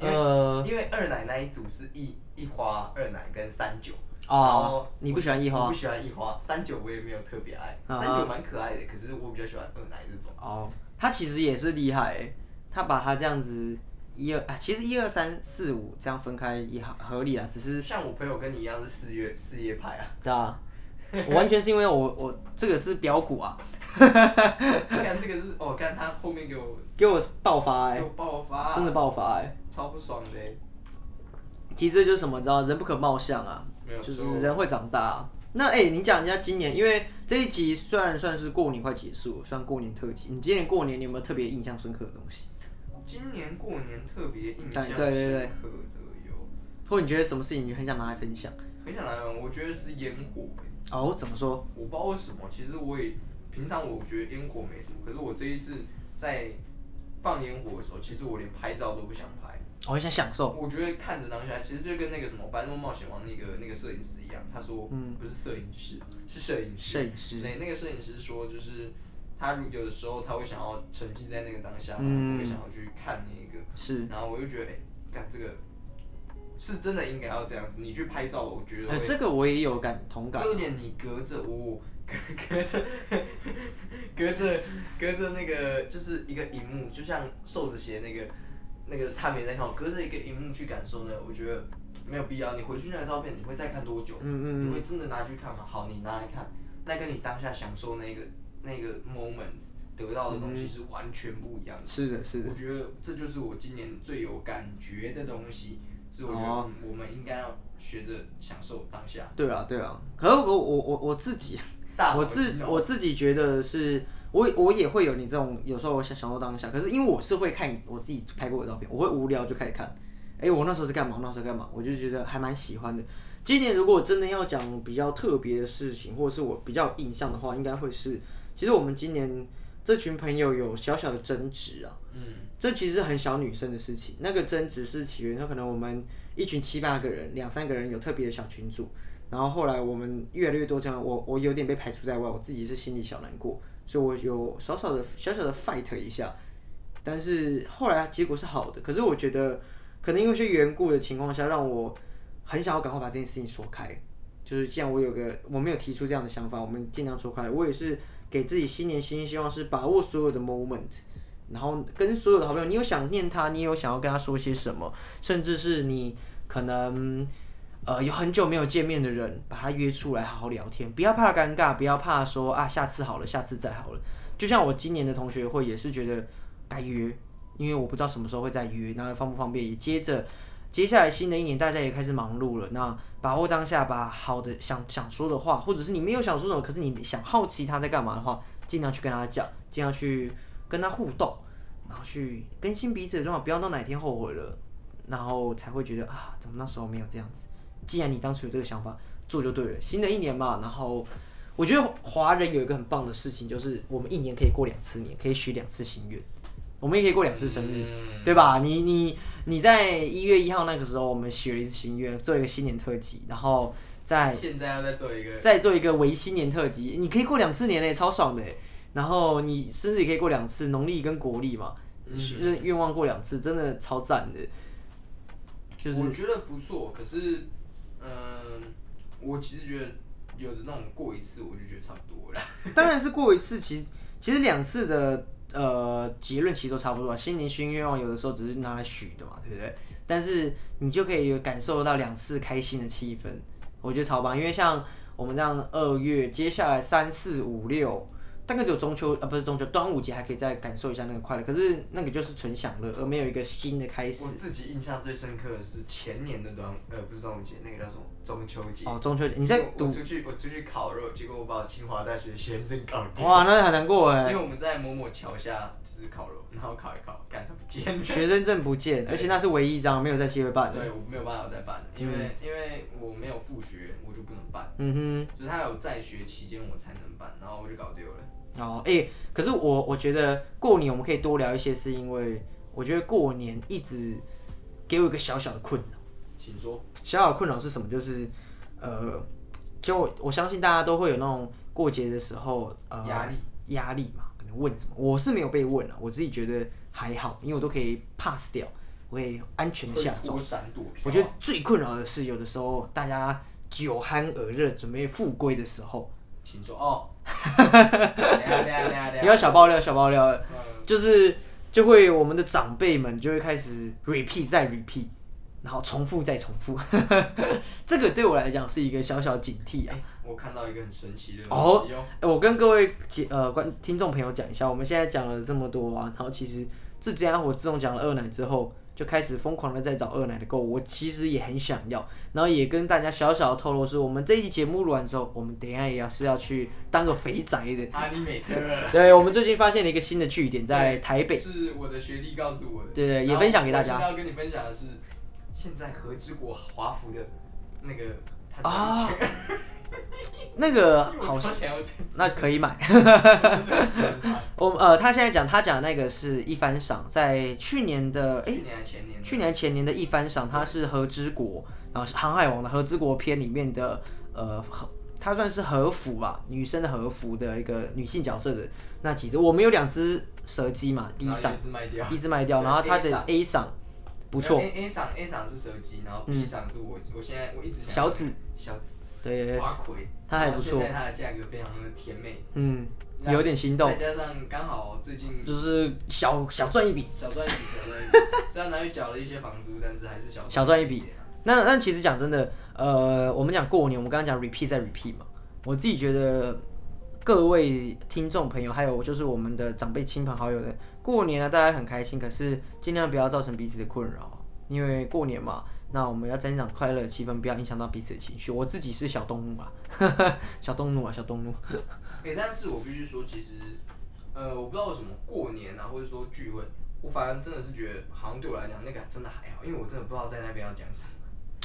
Speaker 3: 因为
Speaker 4: 呃，
Speaker 3: 因为二奶那一组是一一花二奶跟三九，然
Speaker 4: 哦
Speaker 3: 后，
Speaker 4: 你不喜欢一
Speaker 3: 我
Speaker 4: 花
Speaker 3: 不？喜欢一花，三九我也没有特别爱，
Speaker 4: 啊
Speaker 3: 三九蛮可爱的，可是我比较喜欢二奶这种。
Speaker 4: 哦，他其实也是厉害欸，他把他这样子一二啊，其实一二三四五这样分开也合合理啊，只是
Speaker 3: 像我朋友跟你一样是四月四叶派啊， *laughs*
Speaker 4: 对啊，我完全是因为我我这个是标股 *laughs* 啊，
Speaker 3: 看这个是哦，看他后面给我
Speaker 4: 给我爆发哎、
Speaker 3: 给我爆发，
Speaker 4: 真的爆发哎、
Speaker 3: 超不爽的欸，
Speaker 4: 其实这就是什么，你知道，人不可貌相啊，
Speaker 3: 没有
Speaker 4: 就是人会长大、啊。那哎、欸你讲人家今年，因为这一集虽然算是过年快结束了，算过年特辑。你今年过年你有没有特别印象深刻的东西，
Speaker 3: 今年过年特别印象
Speaker 4: 对
Speaker 3: 深
Speaker 4: 哎对对对
Speaker 3: 刻的有，
Speaker 4: 或者你觉得什么事情你很想拿来分享？
Speaker 3: 很想来，我觉得是烟火欸、
Speaker 4: 哦，怎么说？
Speaker 3: 我不知道为什么，其实我也平常我觉得烟火没什么，可是我这一次在放烟火的时候，其实我连拍照都不想拍。
Speaker 4: 哦我很想享受。
Speaker 3: 我觉得看着当下，其实就跟那个什么《白日梦冒险王》那个那个摄影师一样，他说，嗯，不是摄影师，是摄影师。
Speaker 4: 嗯摄影师
Speaker 3: 对，那个摄影师说，就是他如有的时候他会想要沉浸在那个当下，反而
Speaker 4: 嗯
Speaker 3: 不会想要去看那个。
Speaker 4: 是，
Speaker 3: 然后我就觉得，哎、干这个是真的应该要这样子。你去拍照，我觉得
Speaker 4: 呃，
Speaker 3: 会
Speaker 4: 这个我也有感同感
Speaker 3: 有点你隔着我、 *laughs* 隔隔着 *laughs* 隔着隔着那个就是一个荧幕，就像瘦子鞋那个那个他没在看我，隔着一个荧幕去感受呢，我觉得没有必要。你回去那个照片，你会再看多久？
Speaker 4: 嗯嗯
Speaker 3: 你
Speaker 4: 嗯，
Speaker 3: 会真的拿去看吗？好，你拿来看，那跟你当下享受那个那个 moment 得到的东
Speaker 4: 嗯
Speaker 3: 西是完全不一样的。
Speaker 4: 是的，是的
Speaker 3: 我。觉得这就是我今年最有感觉的东西，所以我觉得
Speaker 4: 哦
Speaker 3: 嗯我们应该要学着享受当下。
Speaker 4: 对啊，对啊。可是我我我我自己，
Speaker 3: 大
Speaker 4: 我
Speaker 3: 脑
Speaker 4: 自
Speaker 3: 筋哦
Speaker 4: 我自己觉得是，我我也会有你这种，有时候我想享受当下。可是因为我是会看我自己拍过的照片，我会无聊就开始看。哎，我那时候是干嘛？我那时候干嘛？我就觉得还蛮喜欢的。今年如果真的要讲比较特别的事情，或者是我比较有印象的话，应该会是，其实我们今年这群朋友有小小的争执啊。
Speaker 3: 嗯，
Speaker 4: 这其实是很小女生的事情。那个争执是起源，那可能我们一群七八个人、两三个人有特别的小群组，然后后来我们越来越多这样，我我有点被排除在外，我自己是心里小难过，所以我有少少的小小的 fight 一下，但是后来结果是好的。可是我觉得，可能因为是缘故的情况下，让我很想要赶快把这件事情说开。就是既然我有个我没有提出这样的想法，我们尽量说开。我也是给自己新年新希望，是把握所有的 moment。然后跟所有的好朋友，你有想念他，你有想要跟他说些什么，甚至是你可能呃有很久没有见面的人，把他约出来好好聊天，不要怕尴尬，不要怕说啊下次好了，下次再好了。就像我今年的同学会也是觉得该约，因为我不知道什么时候会再约，那方不方便也接着。接下来新的一年，大家也开始忙碌了。那把握当下，把好的想想说的话，或者是你没有想说什么，可是你想好奇他在干嘛的话，尽量去跟他讲，尽量去跟他互动，然后去更新彼此的状况，不要到哪一天后悔了，然后才会觉得啊，怎么那时候没有这样子？既然你当初有这个想法，做就对了。新的一年嘛，然后我觉得华人有一个很棒的事情，就是我们一年可以过两次年，可以许两次心愿，我们也可以过两次生日。
Speaker 3: 嗯
Speaker 4: 对吧？你你你在一月一号那个时候，我们许了一次心愿，做一个新年特辑，然后再
Speaker 3: 现在要再做一个，
Speaker 4: 再做一个为新年特辑，你可以过两次年嘞，超爽的欸。然后你生日也可以过两次，农历跟国历嘛，
Speaker 3: 嗯
Speaker 4: 愿愿望过两次，真的超赞的。就是
Speaker 3: 我觉得不错。可是，嗯、我其实觉得有的那种过一次我就觉得差不多了。
Speaker 4: *laughs* 当然是过一次，其实其实两次的呃结论其实都差不多啊。新年新愿望有的时候只是拿来许的嘛，对不对？但是你就可以感受到两次开心的气氛，我觉得超棒。因为像我们这样二月，接下来三四五六，大概只有中秋呃不是中秋，端午节还可以再感受一下那个快乐，可是那个就是纯享乐，而没有一个新的开
Speaker 3: 我
Speaker 4: 始。
Speaker 3: 自己印象最深刻的是前年的端呃不是端午节，那个叫什么中秋节。
Speaker 4: 哦，中秋节你在
Speaker 3: 我
Speaker 4: 读
Speaker 3: 我出去我出去烤肉，结果我把清华大学学生证搞丢。
Speaker 4: 哇，那很难过
Speaker 3: 因
Speaker 4: 哎
Speaker 3: 为，我们在某某桥下就是烤肉，然后烤一烤，干它不见
Speaker 4: *laughs*
Speaker 3: 了。
Speaker 4: 学生证不见，而且那是唯一一张没有在机会办的。
Speaker 3: 对，我没有办法再办，因为、因为我没有复学，我就不能办。
Speaker 4: 嗯哼。
Speaker 3: 所以他有在学期间我才能办，然后我就搞丢了。
Speaker 4: 哦，哎、可是我我觉得过年我们可以多聊一些，是因为我觉得过年一直给我一个小小的困扰，
Speaker 3: 请说，
Speaker 4: 小小的困扰是什么？就是呃，就我相信大家都会有那种过节的时候呃
Speaker 3: 压力
Speaker 4: 压力嘛，可能问什么，我是没有被问啊，我自己觉得还好，因为我都可以 pass 掉，我可以安全的下
Speaker 3: 会
Speaker 4: 手。
Speaker 3: 躲闪躲飘啊。
Speaker 4: 我觉得最困扰的是，有的时候大家酒酣耳热，准备复归的时候，
Speaker 3: 请说
Speaker 4: *laughs*
Speaker 3: 哦。等一下等一下等一下等一
Speaker 4: 你
Speaker 3: 下
Speaker 4: 要小爆料，小爆料，
Speaker 3: 嗯
Speaker 4: 就是就会我们的长辈们就会开始 repeat 再 repeat，然后重复再重复。 *laughs* 这个对我来讲是一个小小警惕啊。
Speaker 3: 我看到一个很神奇的
Speaker 4: 哦
Speaker 3: 东西哦，
Speaker 4: 哎我跟各位姐呃观听众朋友讲一下，我们现在讲了这么多啊，然后其实自这样我自从讲了二奶之后，就开始疯狂的在找二奶的购物，我其实也很想要，然后也跟大家小小的透露说，我们这一期节目录完之后，我们等一下也要是要去当个肥宅的。
Speaker 3: 阿尼美特
Speaker 4: 对，我们最近发现了一个新的据点，在台北。
Speaker 3: 是我的学弟告诉我的，
Speaker 4: 哎对对也
Speaker 3: 然后
Speaker 4: 分享给大家
Speaker 3: 我现在要跟你分享的是，现在和之国华服的那个他
Speaker 4: 啊
Speaker 3: 一千，
Speaker 4: 那个
Speaker 3: 因为
Speaker 4: 好
Speaker 3: *laughs* 我超
Speaker 4: 像
Speaker 3: 想要这只，
Speaker 4: 那
Speaker 3: *laughs*
Speaker 4: 可以买。 *laughs*
Speaker 3: 以。
Speaker 4: 我呃，他现在讲他讲那个是一番赏，在去年的 *laughs* 哎、
Speaker 3: 去年还前年的，
Speaker 4: 去年前年的一番赏，它是和之国，然后是航海王的和之国篇里面的呃和。它算是和服啊，女生的和服的一个女性角色的那几只，我们有两只蛇姬嘛，B
Speaker 3: 然后
Speaker 4: 赏
Speaker 3: 一只卖掉，
Speaker 4: 一只卖掉，
Speaker 3: 啊对
Speaker 4: 然后它
Speaker 3: A
Speaker 4: 的
Speaker 3: 赏
Speaker 4: A 赏不错嗯
Speaker 3: 没，有 A A 赏 A 赏是蛇姬，然后 B 赏是我，我现在我一直想
Speaker 4: 小紫
Speaker 3: 小紫
Speaker 4: 对对对，
Speaker 3: 花魁，
Speaker 4: 它还不错
Speaker 3: 然后现在它的价格非常的甜美，
Speaker 4: 嗯，有点心动
Speaker 3: 再，加上刚好最近
Speaker 4: 就是小小赚一笔，
Speaker 3: 小赚一笔，小赚一笔， *laughs* 虽然拿去缴了一些房租，但是还是小
Speaker 4: 小赚一笔
Speaker 3: 点啊。
Speaker 4: 那那其实讲真的，呃，我们讲过年，我们刚刚讲 repeat 再 repeat 嘛，我自己觉得各位听众朋友，还有就是我们的长辈、亲朋好友的过年啊，大家很开心，可是尽量不要造成彼此的困扰，因为过年嘛，那我们要增长快乐的气氛，不要影响到彼此的情绪。我自己是小动物啊， *laughs* 小动物啊，小动物。
Speaker 3: 哎、但是我必须说，其实，呃，我不知道为什么过年啊，或者说聚会，我反而真的是觉得，好像对我来讲，那个真的还好，因为我真的不知道在那边要讲啥。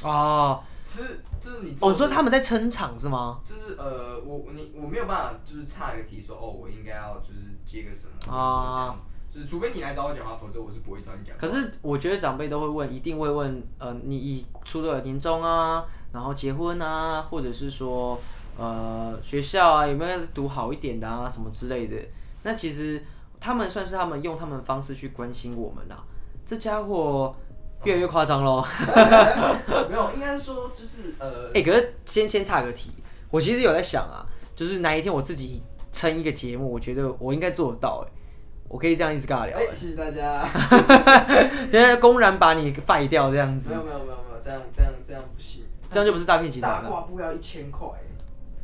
Speaker 4: 哦，
Speaker 3: 其实就是你，
Speaker 4: 哦，你说他们在撑场是吗？
Speaker 3: 就是呃，我你我没有办法，就是岔一个题说，哦，我应该要就是接个什么，或者
Speaker 4: 啊
Speaker 3: 是讲，就是除非你来找我讲话，否则我是不会找你讲话。
Speaker 4: 可是我觉得长辈都会问，一定会问，呃，你已出了年终啊，然后结婚啊，或者是说，呃，学校啊，有没有读好一点的啊，什么之类的。那其实他们算是他们用他们方式去关心我们啦、这家伙越来越夸张喽。
Speaker 3: 没有，应该说就是呃，
Speaker 4: 哎、可是先先岔个题，我其实有在想啊，就是哪一天我自己撑一个节目，我觉得我应该做得到、欸，我可以这样一直尬聊、
Speaker 3: 哎、谢谢大家。 *laughs*
Speaker 4: *laughs* 现在公然把你废掉这样子
Speaker 3: 没，有没有没有没有，这样这样这样不
Speaker 4: *laughs*
Speaker 3: 行，
Speaker 4: 这样就不是诈骗集团
Speaker 3: 大
Speaker 4: 了。
Speaker 3: 挂布要一千块，欸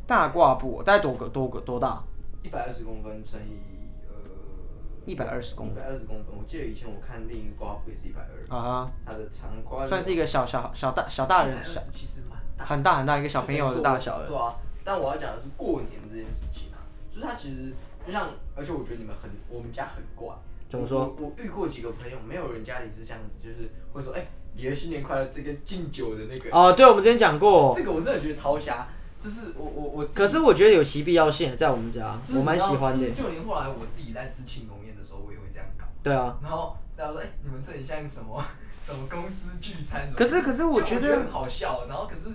Speaker 4: 大挂布大概多个多个多大？
Speaker 3: 一百二十公分乘以呃
Speaker 4: 一百二十公
Speaker 3: 一百二十公分。我记得以前我看另一个挂布也是一百二，
Speaker 4: 啊
Speaker 3: 它的长
Speaker 4: 哈，
Speaker 3: 宽
Speaker 4: 算是一个小小小大小大人小
Speaker 3: 小，其实蛮大，
Speaker 4: 很大很大一个小朋友的大呃小了。
Speaker 3: 对啊，但我要讲的是过年这件事情啊，就是它其实就像，而且我觉得你们很，我们家很怪。
Speaker 4: 怎么说
Speaker 3: 我？我我遇过几个朋友，没有人家里是这样子，就是会说，哎、你的新年快乐，这个敬酒的那个，
Speaker 4: 哦，对，我们之前讲过，
Speaker 3: 这个我真的觉得超瞎。就是我我我自己
Speaker 4: 可是我觉得有其必要性，在我们家
Speaker 3: 就是
Speaker 4: 我
Speaker 3: 你
Speaker 4: 蛮
Speaker 3: 知道
Speaker 4: 喜欢的
Speaker 3: 就是。就连后来我自己在吃庆功宴的时候，我也会这样搞。
Speaker 4: 对啊，
Speaker 3: 然后大家说：“哎、你们这很像什么 *laughs* 什么公司聚餐什么的？”
Speaker 4: 可是可是我
Speaker 3: 就我
Speaker 4: 觉
Speaker 3: 觉
Speaker 4: 得
Speaker 3: 很好笑。然后可是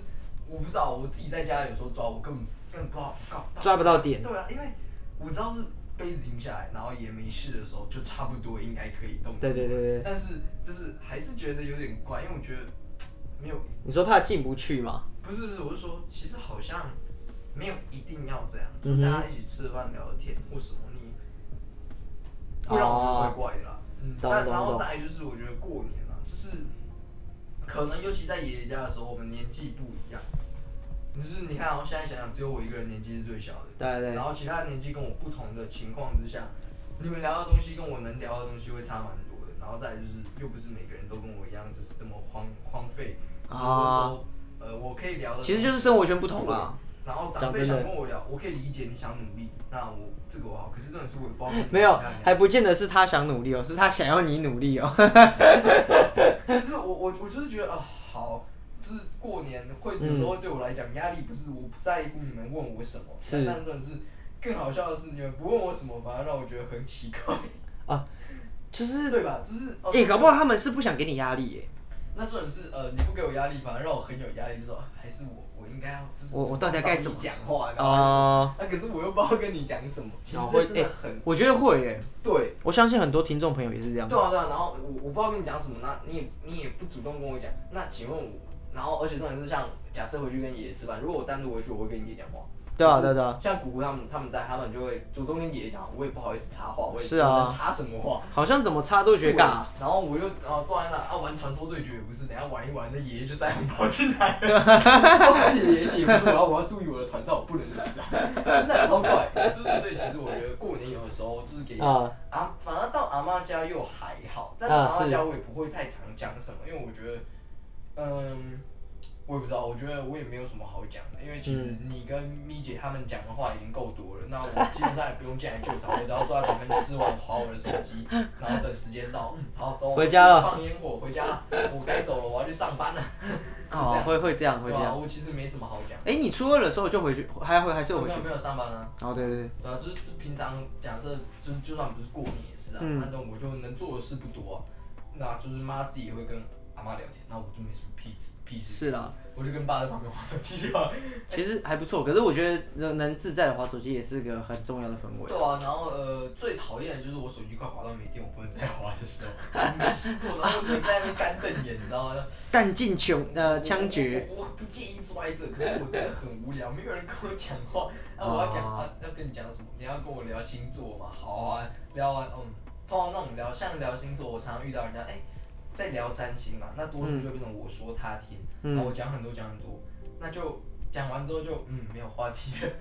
Speaker 3: 我不知道，我自己在家有时候抓，我根本根本不好搞到，
Speaker 4: 抓不到点
Speaker 3: 对啊，因为我知道是杯子停下来，然后也没事的时候，就差不多应该可以动。
Speaker 4: 对对对对
Speaker 3: 但是就是还是觉得有点怪，因为我觉得没有
Speaker 4: 你说怕进不去嘛？
Speaker 3: 不是不是，我是说，其实好像没有一定要这样，就
Speaker 4: 嗯哼
Speaker 3: 是大家一起吃饭聊天或什么，你不然我觉得怪怪的啦。嗯，
Speaker 4: 哦懂
Speaker 3: 但
Speaker 4: 懂
Speaker 3: 然后
Speaker 4: 懂
Speaker 3: 再来就是我觉得过年啊，就是可能尤其在爷爷家的时候，我们年纪不一样。就是你看、哦，我现在想想，只有我一个人年纪是最小的，
Speaker 4: 对对
Speaker 3: 然后其他年纪跟我不同的情况之下，你们聊的东西跟我能聊的东西会差蛮多的。然后再来就是，又不是每个人都跟我一样，就是这么荒荒废。只不过说，
Speaker 4: 哦
Speaker 3: 呃，我可以聊的，
Speaker 4: 其实就是生活圈不同啦。
Speaker 3: 然后长辈想跟我聊，我可以理解你想努力，那我这个我好。可是这种事我也不知道跟你们
Speaker 4: 没有
Speaker 3: 其他人，聊
Speaker 4: 还不见得是他想努力哦，是他想要你努力哦。
Speaker 3: 就是我我我就是觉得啊、好，就是过年会有时
Speaker 4: 嗯
Speaker 3: 候对我来讲压力不是我不在乎你们问我什么，
Speaker 4: 是
Speaker 3: 但真的是更好笑的是你们不问我什么，反而让我觉得很奇怪，
Speaker 4: *laughs* 就是，
Speaker 3: 对吧？就是哦
Speaker 4: 哎、搞不好他们是不想给你压力耶。
Speaker 3: 那这种是呃你不给我压力，反而让我很有压力，就说啊还是我我应该要就是
Speaker 4: 我我到底要干什
Speaker 3: 找
Speaker 4: 么
Speaker 3: 你讲话，然后还是
Speaker 4: 哦、
Speaker 3: 啊可是我又不知道跟你讲什么，其实
Speaker 4: 然后
Speaker 3: 这
Speaker 4: 会
Speaker 3: 真的很、
Speaker 4: 我觉得会耶，
Speaker 3: 对。
Speaker 4: 我相信很多听众朋友也是这样。
Speaker 3: 对啊对啊，然后我我不知道跟你讲什么，那你也你也不主动跟我讲，那请问我，然后而且重点是像假设回去跟爷爷吃饭，如果我单独回去，我会跟爷爷讲话。
Speaker 4: 对啊
Speaker 3: 就是
Speaker 4: 对啊对啊
Speaker 3: 像姑姑他们他们在，他们就会主动跟爷爷讲，我也不好意思插话，我也
Speaker 4: 是啊
Speaker 3: 我能插什么话？
Speaker 4: 好像怎么插都觉得尬。
Speaker 3: 然后我又然后坐在那啊玩传说对决也不是，等一下玩一玩，那爷爷就塞红包进来
Speaker 4: *laughs*
Speaker 3: 了。恭喜爷爷，不是我要我要注意我的团战，我不能死啊！ *laughs* 真的超怪，就是所以其实我觉得过年有的时候就是给
Speaker 4: 啊，
Speaker 3: 啊，反而到阿妈家又还好，但是
Speaker 4: 啊
Speaker 3: 阿妈
Speaker 4: 是
Speaker 3: 家我也不会太常讲什么，因为我觉得，嗯，我也不知道，我觉得我也没有什么好讲的，因为其实
Speaker 4: 嗯
Speaker 3: 你跟咪姐他们讲的话已经够多了，那我基本上也不用进来救
Speaker 4: *laughs*
Speaker 3: 场，我只要坐在旁边吃完划我的手机，然后等时间到，嗯，好
Speaker 4: *laughs*
Speaker 3: 走，
Speaker 4: 回家了
Speaker 3: 放烟火回家了，我该走了，我要去上班了，是这
Speaker 4: 哦，
Speaker 3: 样，
Speaker 4: 会会这样，会
Speaker 3: 对
Speaker 4: 这
Speaker 3: 啊，
Speaker 4: 样。
Speaker 3: 我其实没什么好讲，
Speaker 4: 哎、你初二的时候就回去，还回还是有回
Speaker 3: 没
Speaker 4: 去
Speaker 3: 有？没有上班啊。
Speaker 4: 哦，对对对，
Speaker 3: 对啊，就是平常假设就是就算不是过年也是啊，
Speaker 4: 嗯
Speaker 3: 反正我就能做的事不多、啊，那就是妈自己也会跟阿妈聊天，那我就没什么屁事屁事，
Speaker 4: 是啦，
Speaker 3: 我就跟爸在旁边玩手机就好。
Speaker 4: 其实还不错。可是我觉得能能自在的滑手机也是个很重要的氛围
Speaker 3: 对。啊，然后呃，最讨厌的就是我手机快滑到没电，我不能再滑的时候，我没事做，然后我只能在那边干瞪眼，你知道吗？
Speaker 4: 弹尽穷呃枪决，
Speaker 3: 我，我我不介意坐在这，可是我真的很无聊，没有人跟我讲话。啊，我要讲
Speaker 4: 哦
Speaker 3: 啊，要跟你讲什么？你要跟我聊星座嘛？好啊，聊完嗯，通常那种聊像聊星座，我常常遇到人家哎、在聊占星嘛，那多数就变成我说他听，
Speaker 4: 嗯
Speaker 3: 那、我讲很多讲很多，那就讲完之后就嗯没有话题
Speaker 4: *laughs*
Speaker 3: 了。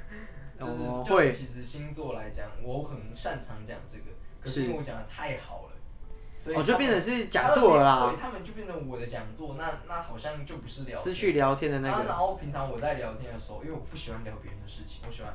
Speaker 3: 就是、
Speaker 4: 哦
Speaker 3: 就
Speaker 4: 会
Speaker 3: 是其实星座来讲，我很擅长讲这个，可是
Speaker 4: 是
Speaker 3: 因为我讲的太好了，所以
Speaker 4: 哦，就
Speaker 3: 他们
Speaker 4: 变成是讲座了
Speaker 3: 他们
Speaker 4: 啦
Speaker 3: 对，，他们就变成我的讲座，那那好像就不是聊天
Speaker 4: 失去聊天的那
Speaker 3: 啊然
Speaker 4: 个。
Speaker 3: 后平常我在聊天的时候，因为我不喜欢聊别人的事情，我喜欢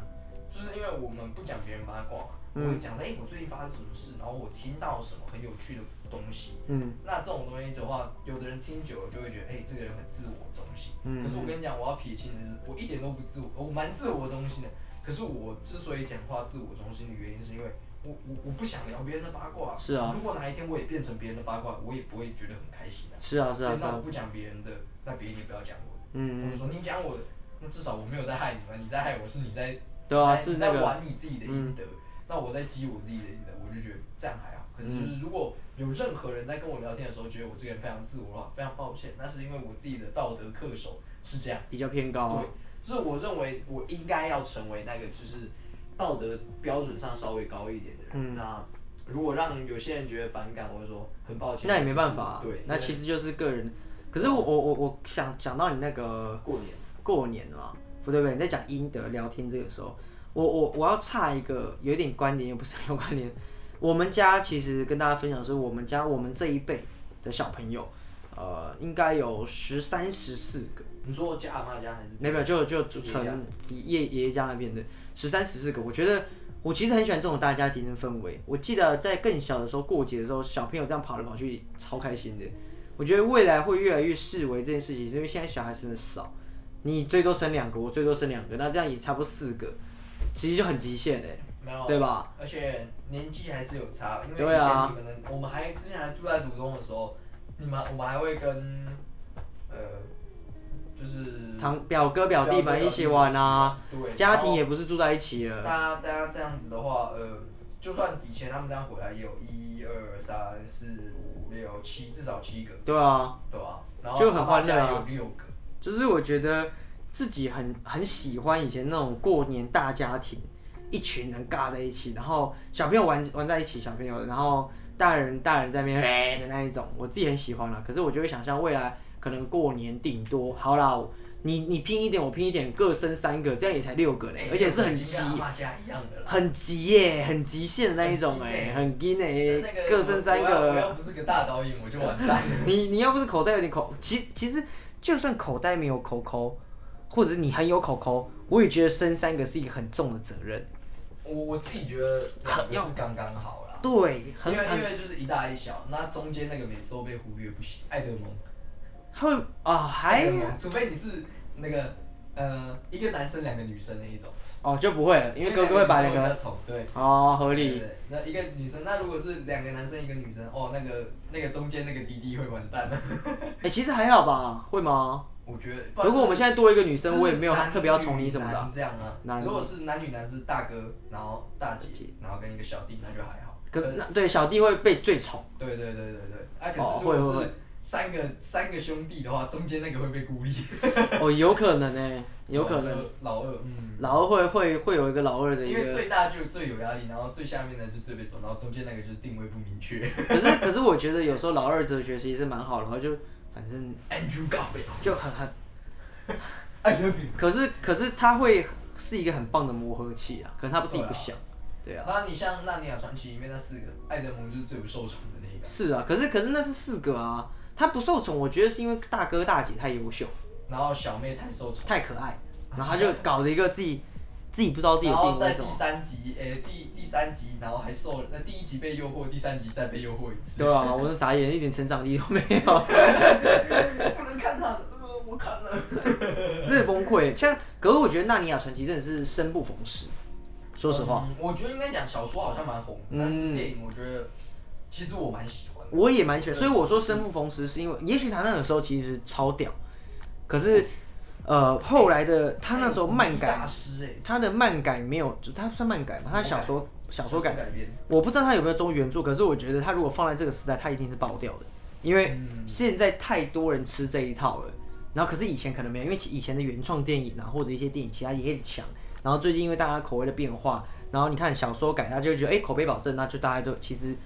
Speaker 3: 就是因为我们不讲别人八卦嘛，
Speaker 4: 嗯
Speaker 3: 我会讲哎、诶我最近发生什么事，然后我听到什么很有趣的东西。
Speaker 4: 嗯，
Speaker 3: 那这种东西的话，有的人听久了就会觉得，哎、这个人很自我中心。
Speaker 4: 嗯
Speaker 3: 可是我跟你讲，我要撇清的是，我一点都不自我，我蛮自我中心的。可是我之所以讲话自我中心的原因，是因为我我我不想聊别人的八卦。
Speaker 4: 是啊
Speaker 3: 如果哪一天我也变成别人的八卦，我也不会觉得很开心啊。
Speaker 4: 是啊是
Speaker 3: 所
Speaker 4: 啊
Speaker 3: 以
Speaker 4: 是
Speaker 3: 那我
Speaker 4: 啊，
Speaker 3: 不讲别人的，那别人也不要讲我的。
Speaker 4: 嗯
Speaker 3: 我，说你讲我的，那至少我没有在害你们，你在害我是你在
Speaker 4: 对啊，
Speaker 3: 在
Speaker 4: 是
Speaker 3: 哎你
Speaker 4: 那
Speaker 3: 在
Speaker 4: 个嗯
Speaker 3: 玩你自己的阴德，那我在积我自己的阴德，我就觉得这样还好。可是
Speaker 4: 嗯
Speaker 3: 就是如果有任何人在跟我聊天的时候，觉得我这个人非常自我的话，非常抱歉，那是因为我自己的道德恪守是这样。
Speaker 4: 比较偏高啊
Speaker 3: 对。，就是我认为我应该要成为那个就是道德标准上稍微高一点的人。
Speaker 4: 嗯
Speaker 3: 那如果让有些人觉得反感，我就说很抱歉，
Speaker 4: 那也没办法、啊，
Speaker 3: 对，
Speaker 4: 那
Speaker 3: 因为
Speaker 4: 其实就是个人。可是我我我我想讲到你那个
Speaker 3: 过年
Speaker 4: 过年嘛，不对不对，你在讲阴德聊天这个时候，我我我要差一个有一点关联，也不是很有关联。我们家其实跟大家分享的是，我们家我们这一辈的小朋友，呃，应该有十三十四个，
Speaker 3: 你说我家阿妈家还是
Speaker 4: 没有没有，就就就
Speaker 3: 爷爷家
Speaker 4: 成爷爷爷家那边的十三十四个，我觉得我其实很喜欢这种大家庭的氛围。我记得在更小的时候，过节的时候，小朋友这样跑来跑去，超开心的。我觉得未来会越来越视为这件事情，是因为现在小孩生的少，你最多生两个，我最多生两个，那这样也差不多四个，其实就很极限嘞，
Speaker 3: 没有
Speaker 4: 对吧？
Speaker 3: 而且年纪还是有差，因为
Speaker 4: 对
Speaker 3: 以前
Speaker 4: 啊
Speaker 3: 你们能，我们还之前还住在竹东的时候，你们我们还会跟呃，就是
Speaker 4: 堂表哥嗯表弟们一起玩啊，，
Speaker 3: 对，
Speaker 4: 家庭
Speaker 3: 也
Speaker 4: 也不是住在一起了，
Speaker 3: 大家大家这样子的话，呃，就算以前他们这样回来，也有一二三四五六七，至少七个，
Speaker 4: 对啊，
Speaker 3: 对吧？然后
Speaker 4: 就很
Speaker 3: 阿嬷
Speaker 4: 欢乐啊
Speaker 3: 家也有六个，
Speaker 4: 就是我觉得自己很很喜欢以前那种过年大家庭，一群人尬在一起，然后小朋友玩玩在一起，小朋友，然后大人大人在那边 *laughs* 哎的那一种，我自己很喜欢啦。可是我就会想象未来可能过年顶多好啦，你你拼一点，我拼一点，各生三个，这样也才六
Speaker 3: 哎
Speaker 4: 个嘞，而且是很
Speaker 3: 已经
Speaker 4: 急
Speaker 3: 跟阿嬷家一样的啦。
Speaker 4: 很急耶，很极限的那一种
Speaker 3: 很急
Speaker 4: 哎
Speaker 3: 耶，
Speaker 4: 很紧 *laughs* 哎
Speaker 3: 那那，个
Speaker 4: 各生三
Speaker 3: 我要我要
Speaker 4: 个。
Speaker 3: 不是个大导演，我就完蛋了。
Speaker 4: 你你要不是口袋有点口，其其实就算口袋没有口口，或者是你很有口口，我也觉得生三个是一个很重的责任。
Speaker 3: 我我自己觉得两个是刚刚好啦，
Speaker 4: 对，很
Speaker 3: 因为因
Speaker 4: 很
Speaker 3: 为就是一大一小，那中间那个每次都被忽略不行。爱德蒙，
Speaker 4: 他会啊
Speaker 3: 爱
Speaker 4: 还
Speaker 3: 德蒙，除非你是那个呃一个男生两个女生那一种，
Speaker 4: 哦就不会了，因为哥哥会把
Speaker 3: 那
Speaker 4: 两
Speaker 3: 个女生会比
Speaker 4: 个
Speaker 3: 较丑，对。
Speaker 4: 哦合
Speaker 3: 对
Speaker 4: 理
Speaker 3: 对，那一个女生，那如果是两个男生一个女生，哦，那个那个中间那个弟弟会完蛋的。
Speaker 4: 哎其实还好吧，会吗？
Speaker 3: *laughs* 我觉得，不然
Speaker 4: 如果我们现在多一个女
Speaker 3: 就是
Speaker 4: 生，我也没有
Speaker 3: 男
Speaker 4: 特别要宠你什么的
Speaker 3: 女
Speaker 4: 啊
Speaker 3: 男。这样啊
Speaker 4: 男，
Speaker 3: 如果是男女男是大哥，然后大姐，然后跟一个小弟，那就还好。
Speaker 4: 可
Speaker 3: 可
Speaker 4: 那对小弟会被最宠，
Speaker 3: 对对对对对，啊，可
Speaker 4: 哦
Speaker 3: 是如果
Speaker 4: 会会
Speaker 3: 是三个三个兄弟的话，中间那个会被孤立，
Speaker 4: 哦有可能哎，有可能。
Speaker 3: 老二，老二嗯，
Speaker 4: 老二会会会有一个老二的一
Speaker 3: 因为
Speaker 4: 个，
Speaker 3: 最大就最有压力，然后最下面的就最被宠，然后中间那个就是定位不明确。
Speaker 4: 可是可是我觉得有时候老二哲学其实是蛮好的，然后就反正
Speaker 3: Andrew Garfield，
Speaker 4: 就很很，
Speaker 3: I love you。
Speaker 4: 可是可是他会是一个很棒的磨合器啊，可能他自己不想，对啊，
Speaker 3: 然后你像《纳尼亚传奇》里面那四个，爱德蒙就是最不受宠的那一个。
Speaker 4: 是啊，可是可是那是四个啊，他不受宠，我觉得是因为大哥大姐太优秀
Speaker 3: 然后小妹太受宠，
Speaker 4: 太可爱，然后他就搞了一个自己自己不知道自己的
Speaker 3: 然后
Speaker 4: 定位
Speaker 3: 在
Speaker 4: 是什
Speaker 3: 第
Speaker 4: 么，
Speaker 3: 三集，诶、第第三集，然后还受那第一集被诱惑，第三集再被诱惑一次，
Speaker 4: 对啊，我是傻眼，一点成长力都没有。
Speaker 3: *laughs*
Speaker 4: *laughs*
Speaker 3: 不能看他，呃，我看了，
Speaker 4: 日崩溃。像，可是我觉得《纳尼亚传奇》真的是生不逢时。说实话，
Speaker 3: 嗯我觉得应该讲小说好像蛮红，
Speaker 4: 嗯
Speaker 3: 但是电影我觉得其实我蛮喜欢的。
Speaker 4: 我也蛮喜欢，所以我说生不逢时是因为，也许他那个时候其实超屌，可是，呃，后来的他那时候漫
Speaker 3: 哎大
Speaker 4: 改，
Speaker 3: 师哎，
Speaker 4: 他的漫改没有，就他算漫改嘛，他的小说小说改，
Speaker 3: 改编，
Speaker 4: 我不知道他有没有忠于原著，可是我觉得他如果放在这个时代，他一定是爆掉的，因为
Speaker 3: 嗯
Speaker 4: 现在太多人吃这一套了。然后可是以前可能没有，因为其以前的原创电影啊，或者一些电影其他也很强。然后最近因为大家口味的变化，然后你看小说改，他就觉得哎口碑保证，那就大家都其实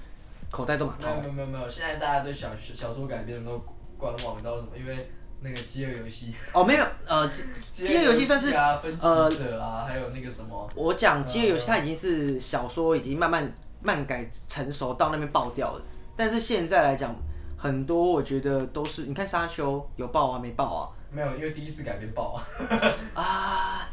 Speaker 4: 口袋都蛮
Speaker 3: 没
Speaker 4: 掏
Speaker 3: 有没有没有没有，现在大家对小小说改编的都观望，你知道为什么？因为那个《饥饿游戏 *laughs*
Speaker 4: 哦，没有，呃，饥》，饥饿游戏算是
Speaker 3: 啊，分嗯歧
Speaker 4: 呃
Speaker 3: 者啊，还有那个什么，
Speaker 4: 我讲饥饿游戏，它已经是小说已经慢慢慢改成熟到那边爆掉了。但是现在来讲，很多我觉得都是你看沙丘有爆啊，没爆
Speaker 3: 没有，因为第一次改编爆啊，
Speaker 4: 啊啊，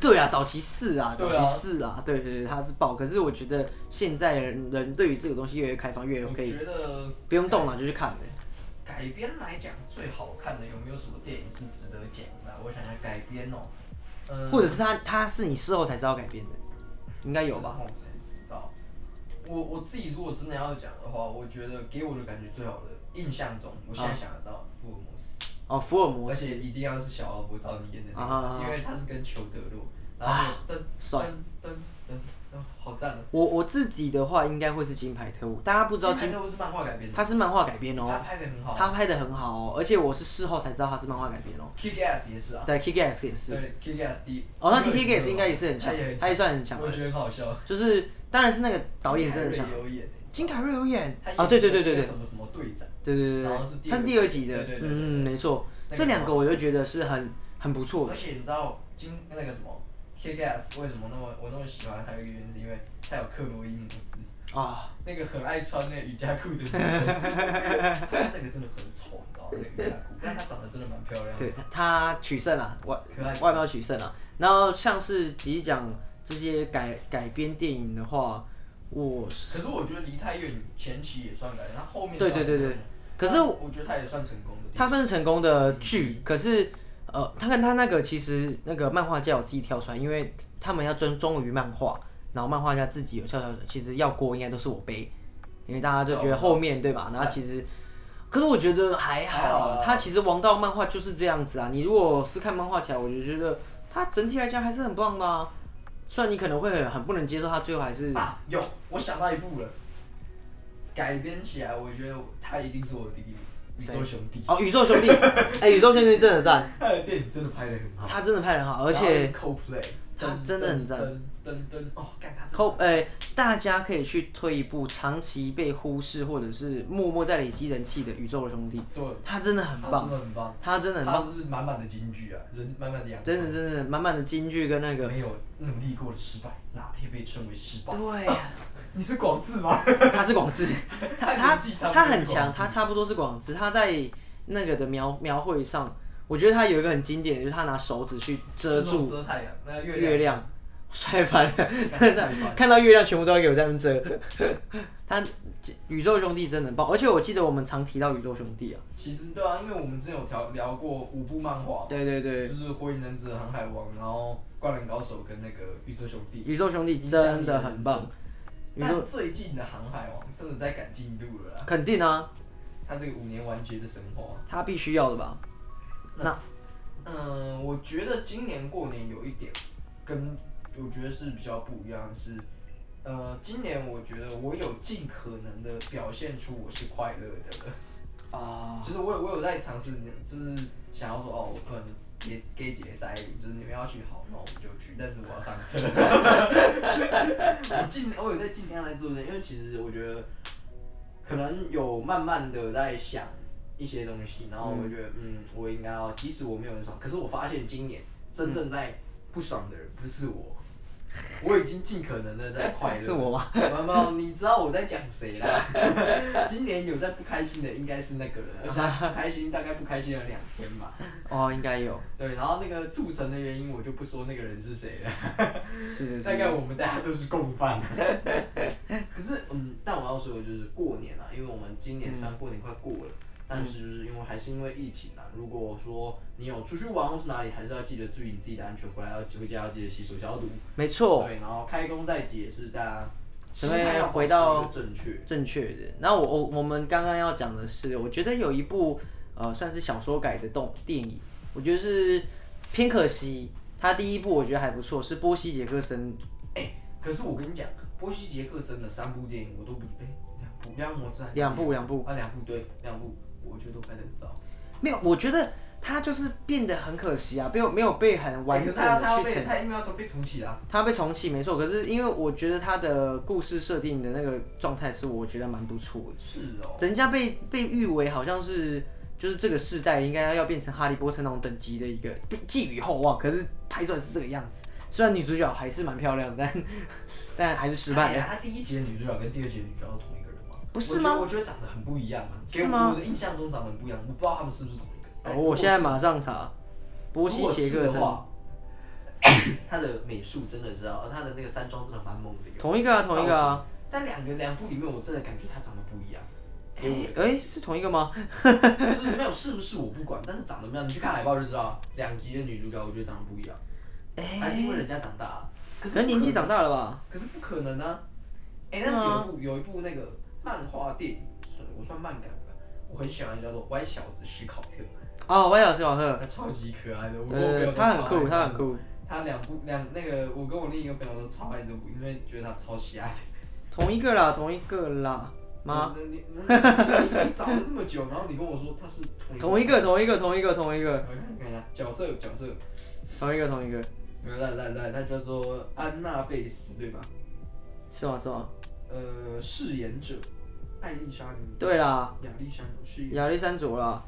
Speaker 4: 对啊，早期是啊，早
Speaker 3: 对啊
Speaker 4: 期是啊，对对对，它是爆。可是我觉得现在人人对于这个东西越来越开放，越来越
Speaker 3: 我
Speaker 4: 可以
Speaker 3: 觉得
Speaker 4: 不用动脑就去看了。
Speaker 3: 改编来讲，最好看的有没有什么电影是值得讲的？啊我想想，改编哦，呃，
Speaker 4: 或者是它它是你事后才知道改编的，应该有吧？
Speaker 3: 我才知道。我我自己如果真的要讲的话，我觉得给我的感觉最好的印象中，我现在想得到福尔摩斯，
Speaker 4: 哦，福尔啊摩
Speaker 3: 而
Speaker 4: 斯
Speaker 3: 且一定要是小奥伯道尼演的那
Speaker 4: 啊啊
Speaker 3: 个，
Speaker 4: 啊
Speaker 3: 因为他是跟裘德洛，然后那个噔
Speaker 4: 帅
Speaker 3: 噔噔噔噔，好赞哦！
Speaker 4: 我我自己的话应该会是金牌特务，大家不知道
Speaker 3: 金
Speaker 4: 金
Speaker 3: 牌特务是漫画改编的，
Speaker 4: 它是漫画改编哦，
Speaker 3: 他拍的很好
Speaker 4: 他拍的很好哦，而且我是事后才知道他是漫画改编哦。
Speaker 3: ，Kick Ass 也是啊，
Speaker 4: 对，Kick X 也是。
Speaker 3: 对，Kick Ass 第
Speaker 4: 哦，那 T K K 也是应该也是很
Speaker 3: 他
Speaker 4: 强
Speaker 3: 也，很
Speaker 4: 他也算很强
Speaker 3: 我
Speaker 4: 的。
Speaker 3: 觉得很好笑，
Speaker 4: 就是，当然是那个导演真的很强
Speaker 3: 金。凯瑞有演欸
Speaker 4: 金凯瑞有演
Speaker 3: 他演
Speaker 4: 啊，对对对对
Speaker 3: 那
Speaker 4: 对
Speaker 3: 个什么什么队长，
Speaker 4: 对对对
Speaker 3: 然后是
Speaker 4: 对，
Speaker 3: 第
Speaker 4: 他是第二
Speaker 3: 二
Speaker 4: 集
Speaker 3: 集
Speaker 4: 的
Speaker 3: 对，对对对
Speaker 4: 嗯，没错，
Speaker 3: 那个
Speaker 4: 这两
Speaker 3: 很
Speaker 4: 个
Speaker 3: 好
Speaker 4: 我就觉得是很很不错
Speaker 3: 而
Speaker 4: 的。
Speaker 3: 且你知道金那个什么 KKS 为什么那么我那么喜欢？还有一个原因是因为他有克洛伊姆斯，
Speaker 4: 啊。
Speaker 3: 那个很爱穿那个瑜伽裤的女 *laughs* 生，她穿那个真的很丑，你知道吗？那个瑜伽裤，但她长得真的蛮漂亮的
Speaker 4: 对。他他取胜了、外
Speaker 3: 可爱
Speaker 4: 外貌取胜了、然后像是其实讲这些改改编电影的话，我
Speaker 3: 可是我觉得离太远前期也算改，她后面
Speaker 4: 对
Speaker 3: 算
Speaker 4: 对对
Speaker 3: 改
Speaker 4: 对
Speaker 3: 的
Speaker 4: 可是
Speaker 3: 但我觉得她也算成功的地
Speaker 4: 它
Speaker 3: 方。
Speaker 4: 算是成功的剧，可是呃，他跟他那个其实那个漫画家有自己跳出来，因为他们要专忠于漫画，然后漫画家自己有跳出来，其实要锅应该都是我背，因为大家都觉得后面对吧？然后其实。可是我觉得还
Speaker 3: 还好
Speaker 4: 好
Speaker 3: 啦，
Speaker 4: 他其实王道漫画就是这样子啊。你如果是看漫画起来，我就觉得他整体来讲还是很棒的、啊。虽然你可能会很很不能接受他最后还是
Speaker 3: 啊，有，我想到一部了，改编起来，我觉得她一定是我的第一名。宇宙兄弟，
Speaker 4: 哦，宇宙兄弟，哎、宇宙兄弟真的赞，
Speaker 3: 他的电影真的拍的很好，
Speaker 4: 他真的拍的好，而
Speaker 3: 然
Speaker 4: 且
Speaker 3: 后是 Coldplay，
Speaker 4: 他
Speaker 3: 噔
Speaker 4: 真的很赞
Speaker 3: 噔噔噔，哦，干他真的
Speaker 4: 扣哎、大家可以去推一部长期被忽视或者是默默在累积人气的《宇宙兄弟》，
Speaker 3: 对，
Speaker 4: 他真的很
Speaker 3: 他
Speaker 4: 棒
Speaker 3: 真，的很棒，
Speaker 4: 他真的很
Speaker 3: 他
Speaker 4: 棒，
Speaker 3: 是满满的金句啊，人满满的阳光，
Speaker 4: 真的真的满满的金句跟那个， *laughs*
Speaker 3: 没有努力过的失败，哪配被称为失败？
Speaker 4: 对、
Speaker 3: 你是广智吗？
Speaker 4: 他是广智，
Speaker 3: *laughs*
Speaker 4: 他
Speaker 3: 他
Speaker 4: 他
Speaker 3: 年纪差不多是
Speaker 4: 他很强，
Speaker 3: 广智
Speaker 4: 他差不多是广智。他在那个的描描绘上，我觉得他有一个很经典的，就是他拿手指去遮
Speaker 3: 是那种
Speaker 4: 住
Speaker 3: 遮太阳，那个
Speaker 4: 月
Speaker 3: 月亮，
Speaker 4: 亮，摔翻
Speaker 3: *laughs*
Speaker 4: 了，
Speaker 3: 干晒翻
Speaker 4: 看到月亮全部都要给我这样遮。 *laughs* 他宇宙兄弟真的很棒，而且我记得我们常提到宇宙兄弟啊，
Speaker 3: 其实对啊，因为我们之前有聊聊过五部漫画，
Speaker 4: 对对对，
Speaker 3: 就是《火影忍者》《航海王》，然后《灌篮高手》跟那个《宇宙兄弟》。
Speaker 4: 宇宙兄弟真的很棒，宇宙
Speaker 3: 但最近的《航海王》真的在赶进度了啦，
Speaker 4: 肯定啊，
Speaker 3: 他这个五年完结的神话。
Speaker 4: 他必须要的吧？那
Speaker 3: 嗯，我觉得今年过年有一点跟我觉得是比较不一样的是，呃，今年我觉得我有尽可能的表现出我是快乐的。
Speaker 4: 啊，
Speaker 3: 就是我有我有在尝试，就是想要说哦，我可能给给姐塞，就是你们要去好，那我们就去，但是我要上车。 *laughs* 我尽我有在尽量在做这件，因为其实我觉得可能有慢慢的在想一些东西，然后我觉得嗯我应该要，即使我没有很爽，可是我发现今年真正在不爽的人不是我。我已经尽可能的在快乐，
Speaker 4: *laughs* 是我吗？
Speaker 3: 没有没有，你知道我在讲谁啦？ *laughs* 今年有在不开心的应该是那个人，而且他不开心大概不开心了两天吧。
Speaker 4: 哦，应该有，
Speaker 3: 对，然后那个促成的原因我就不说那个人是谁了，
Speaker 4: 是的，
Speaker 3: 大
Speaker 4: 是
Speaker 3: 概
Speaker 4: 的，
Speaker 3: 我们大家都是共犯。可是嗯，但我要说的就是过年啊，因为我们今年虽
Speaker 4: 嗯
Speaker 3: 然过年快过了。但是就是因为还是因为疫情啊，如果说你有出去玩或是哪里，还是要记得注意你自己的安全，回来要回家要记得洗手消毒。
Speaker 4: 没错，
Speaker 3: 对，然后开工在即也是大家心
Speaker 4: 哦准备
Speaker 3: 态要保持
Speaker 4: 回
Speaker 3: 一
Speaker 4: 到
Speaker 3: 个正确。
Speaker 4: 正确的。那我我我们刚刚要讲的是，我觉得有一部呃算是小说改的动电影，我觉得是偏可惜。它第一部我觉得还不错，是波西·杰克森。
Speaker 3: 可是我跟你讲，波西·杰克森的三部电影我都不哎两部《两魔之战》
Speaker 4: 两部两部
Speaker 3: 啊两部对两部，我觉得都拍的很糟。
Speaker 4: 没有，我觉得它就是变得很可惜啊，没有没有被很完
Speaker 3: 哎可是
Speaker 4: 整
Speaker 3: 他他
Speaker 4: 的
Speaker 3: 要
Speaker 4: 去
Speaker 3: 被
Speaker 4: 呈
Speaker 3: 他因为要重被重启啦、
Speaker 4: 它被重启没错，可是因为我觉得它的故事设定的那个状态是我觉得蛮不错的，
Speaker 3: 是哦，
Speaker 4: 人家被被誉为好像是就是这个世代应该要变成哈利波特那种等级的一个被寄予厚望，可是拍出来是这个样子。虽然女主角还是蛮漂亮，但 *laughs* 但还是失败
Speaker 3: 哎呀
Speaker 4: 了。
Speaker 3: 他第一集的女主角跟第二集的女主角都同一个人吗？
Speaker 4: 不是
Speaker 3: 我觉得
Speaker 4: 吗
Speaker 3: 我觉得长得很不一样啊，
Speaker 4: 是
Speaker 3: 给我
Speaker 4: 吗
Speaker 3: 我的印象中长得很不一样，我不知道他们是不是同一个。但
Speaker 4: 哦
Speaker 3: 如果
Speaker 4: 我现在
Speaker 3: 是
Speaker 4: 马上查波西
Speaker 3: 如果
Speaker 4: 杰
Speaker 3: 是
Speaker 4: 克
Speaker 3: 的
Speaker 4: 森，
Speaker 3: 话， *coughs* 他的美术真的是啊，呃他的那个山庄真的蛮猛的哟。
Speaker 4: 同一个啊，同一个啊。
Speaker 3: 但两个两部里面，我真的感觉他长得不一样。
Speaker 4: 哎、是同一个吗？
Speaker 3: 就是没有是不是我不管，但是长得不一样，你去看海报就知道。两集的女主角我觉得长得不一样，
Speaker 4: 哎、
Speaker 3: 还是因为人家长大了。可
Speaker 4: 可
Speaker 3: 是
Speaker 4: 能年纪
Speaker 3: 不
Speaker 4: 长大了吧？
Speaker 3: 可，可是不可能啊！哎、
Speaker 4: 是
Speaker 3: 但是有
Speaker 4: 吗
Speaker 3: 一部有一部那个漫画电影，算我算漫改吧，我很喜欢叫做《歪小子史考特
Speaker 4: 哦，歪小史考》，特，
Speaker 3: 他超级可爱的，我跟
Speaker 4: 对
Speaker 3: 我朋
Speaker 4: 对
Speaker 3: 友都
Speaker 4: 对，呃他很
Speaker 3: 超
Speaker 4: 酷，
Speaker 3: 爱
Speaker 4: 他很。酷。
Speaker 3: 他两部两那个，我跟我另一个朋友都超爱这部，因为觉得他超喜爱的。
Speaker 4: 同一个啦，同一个啦，妈，
Speaker 3: 那你那你你你找了那么久，然后你跟我说他是同一
Speaker 4: 同一个，同一个，同一个，同一
Speaker 3: 我
Speaker 4: 个，
Speaker 3: 看看一下角色角色。
Speaker 4: 同一个，同一个，
Speaker 3: 来来来，他叫做安娜贝斯，对吧？
Speaker 4: 是吗？是吗？
Speaker 3: 呃，饰演者艾丽莎妮，
Speaker 4: 对啦，
Speaker 3: 亚历山大饰演。
Speaker 4: 亚历山卓啦，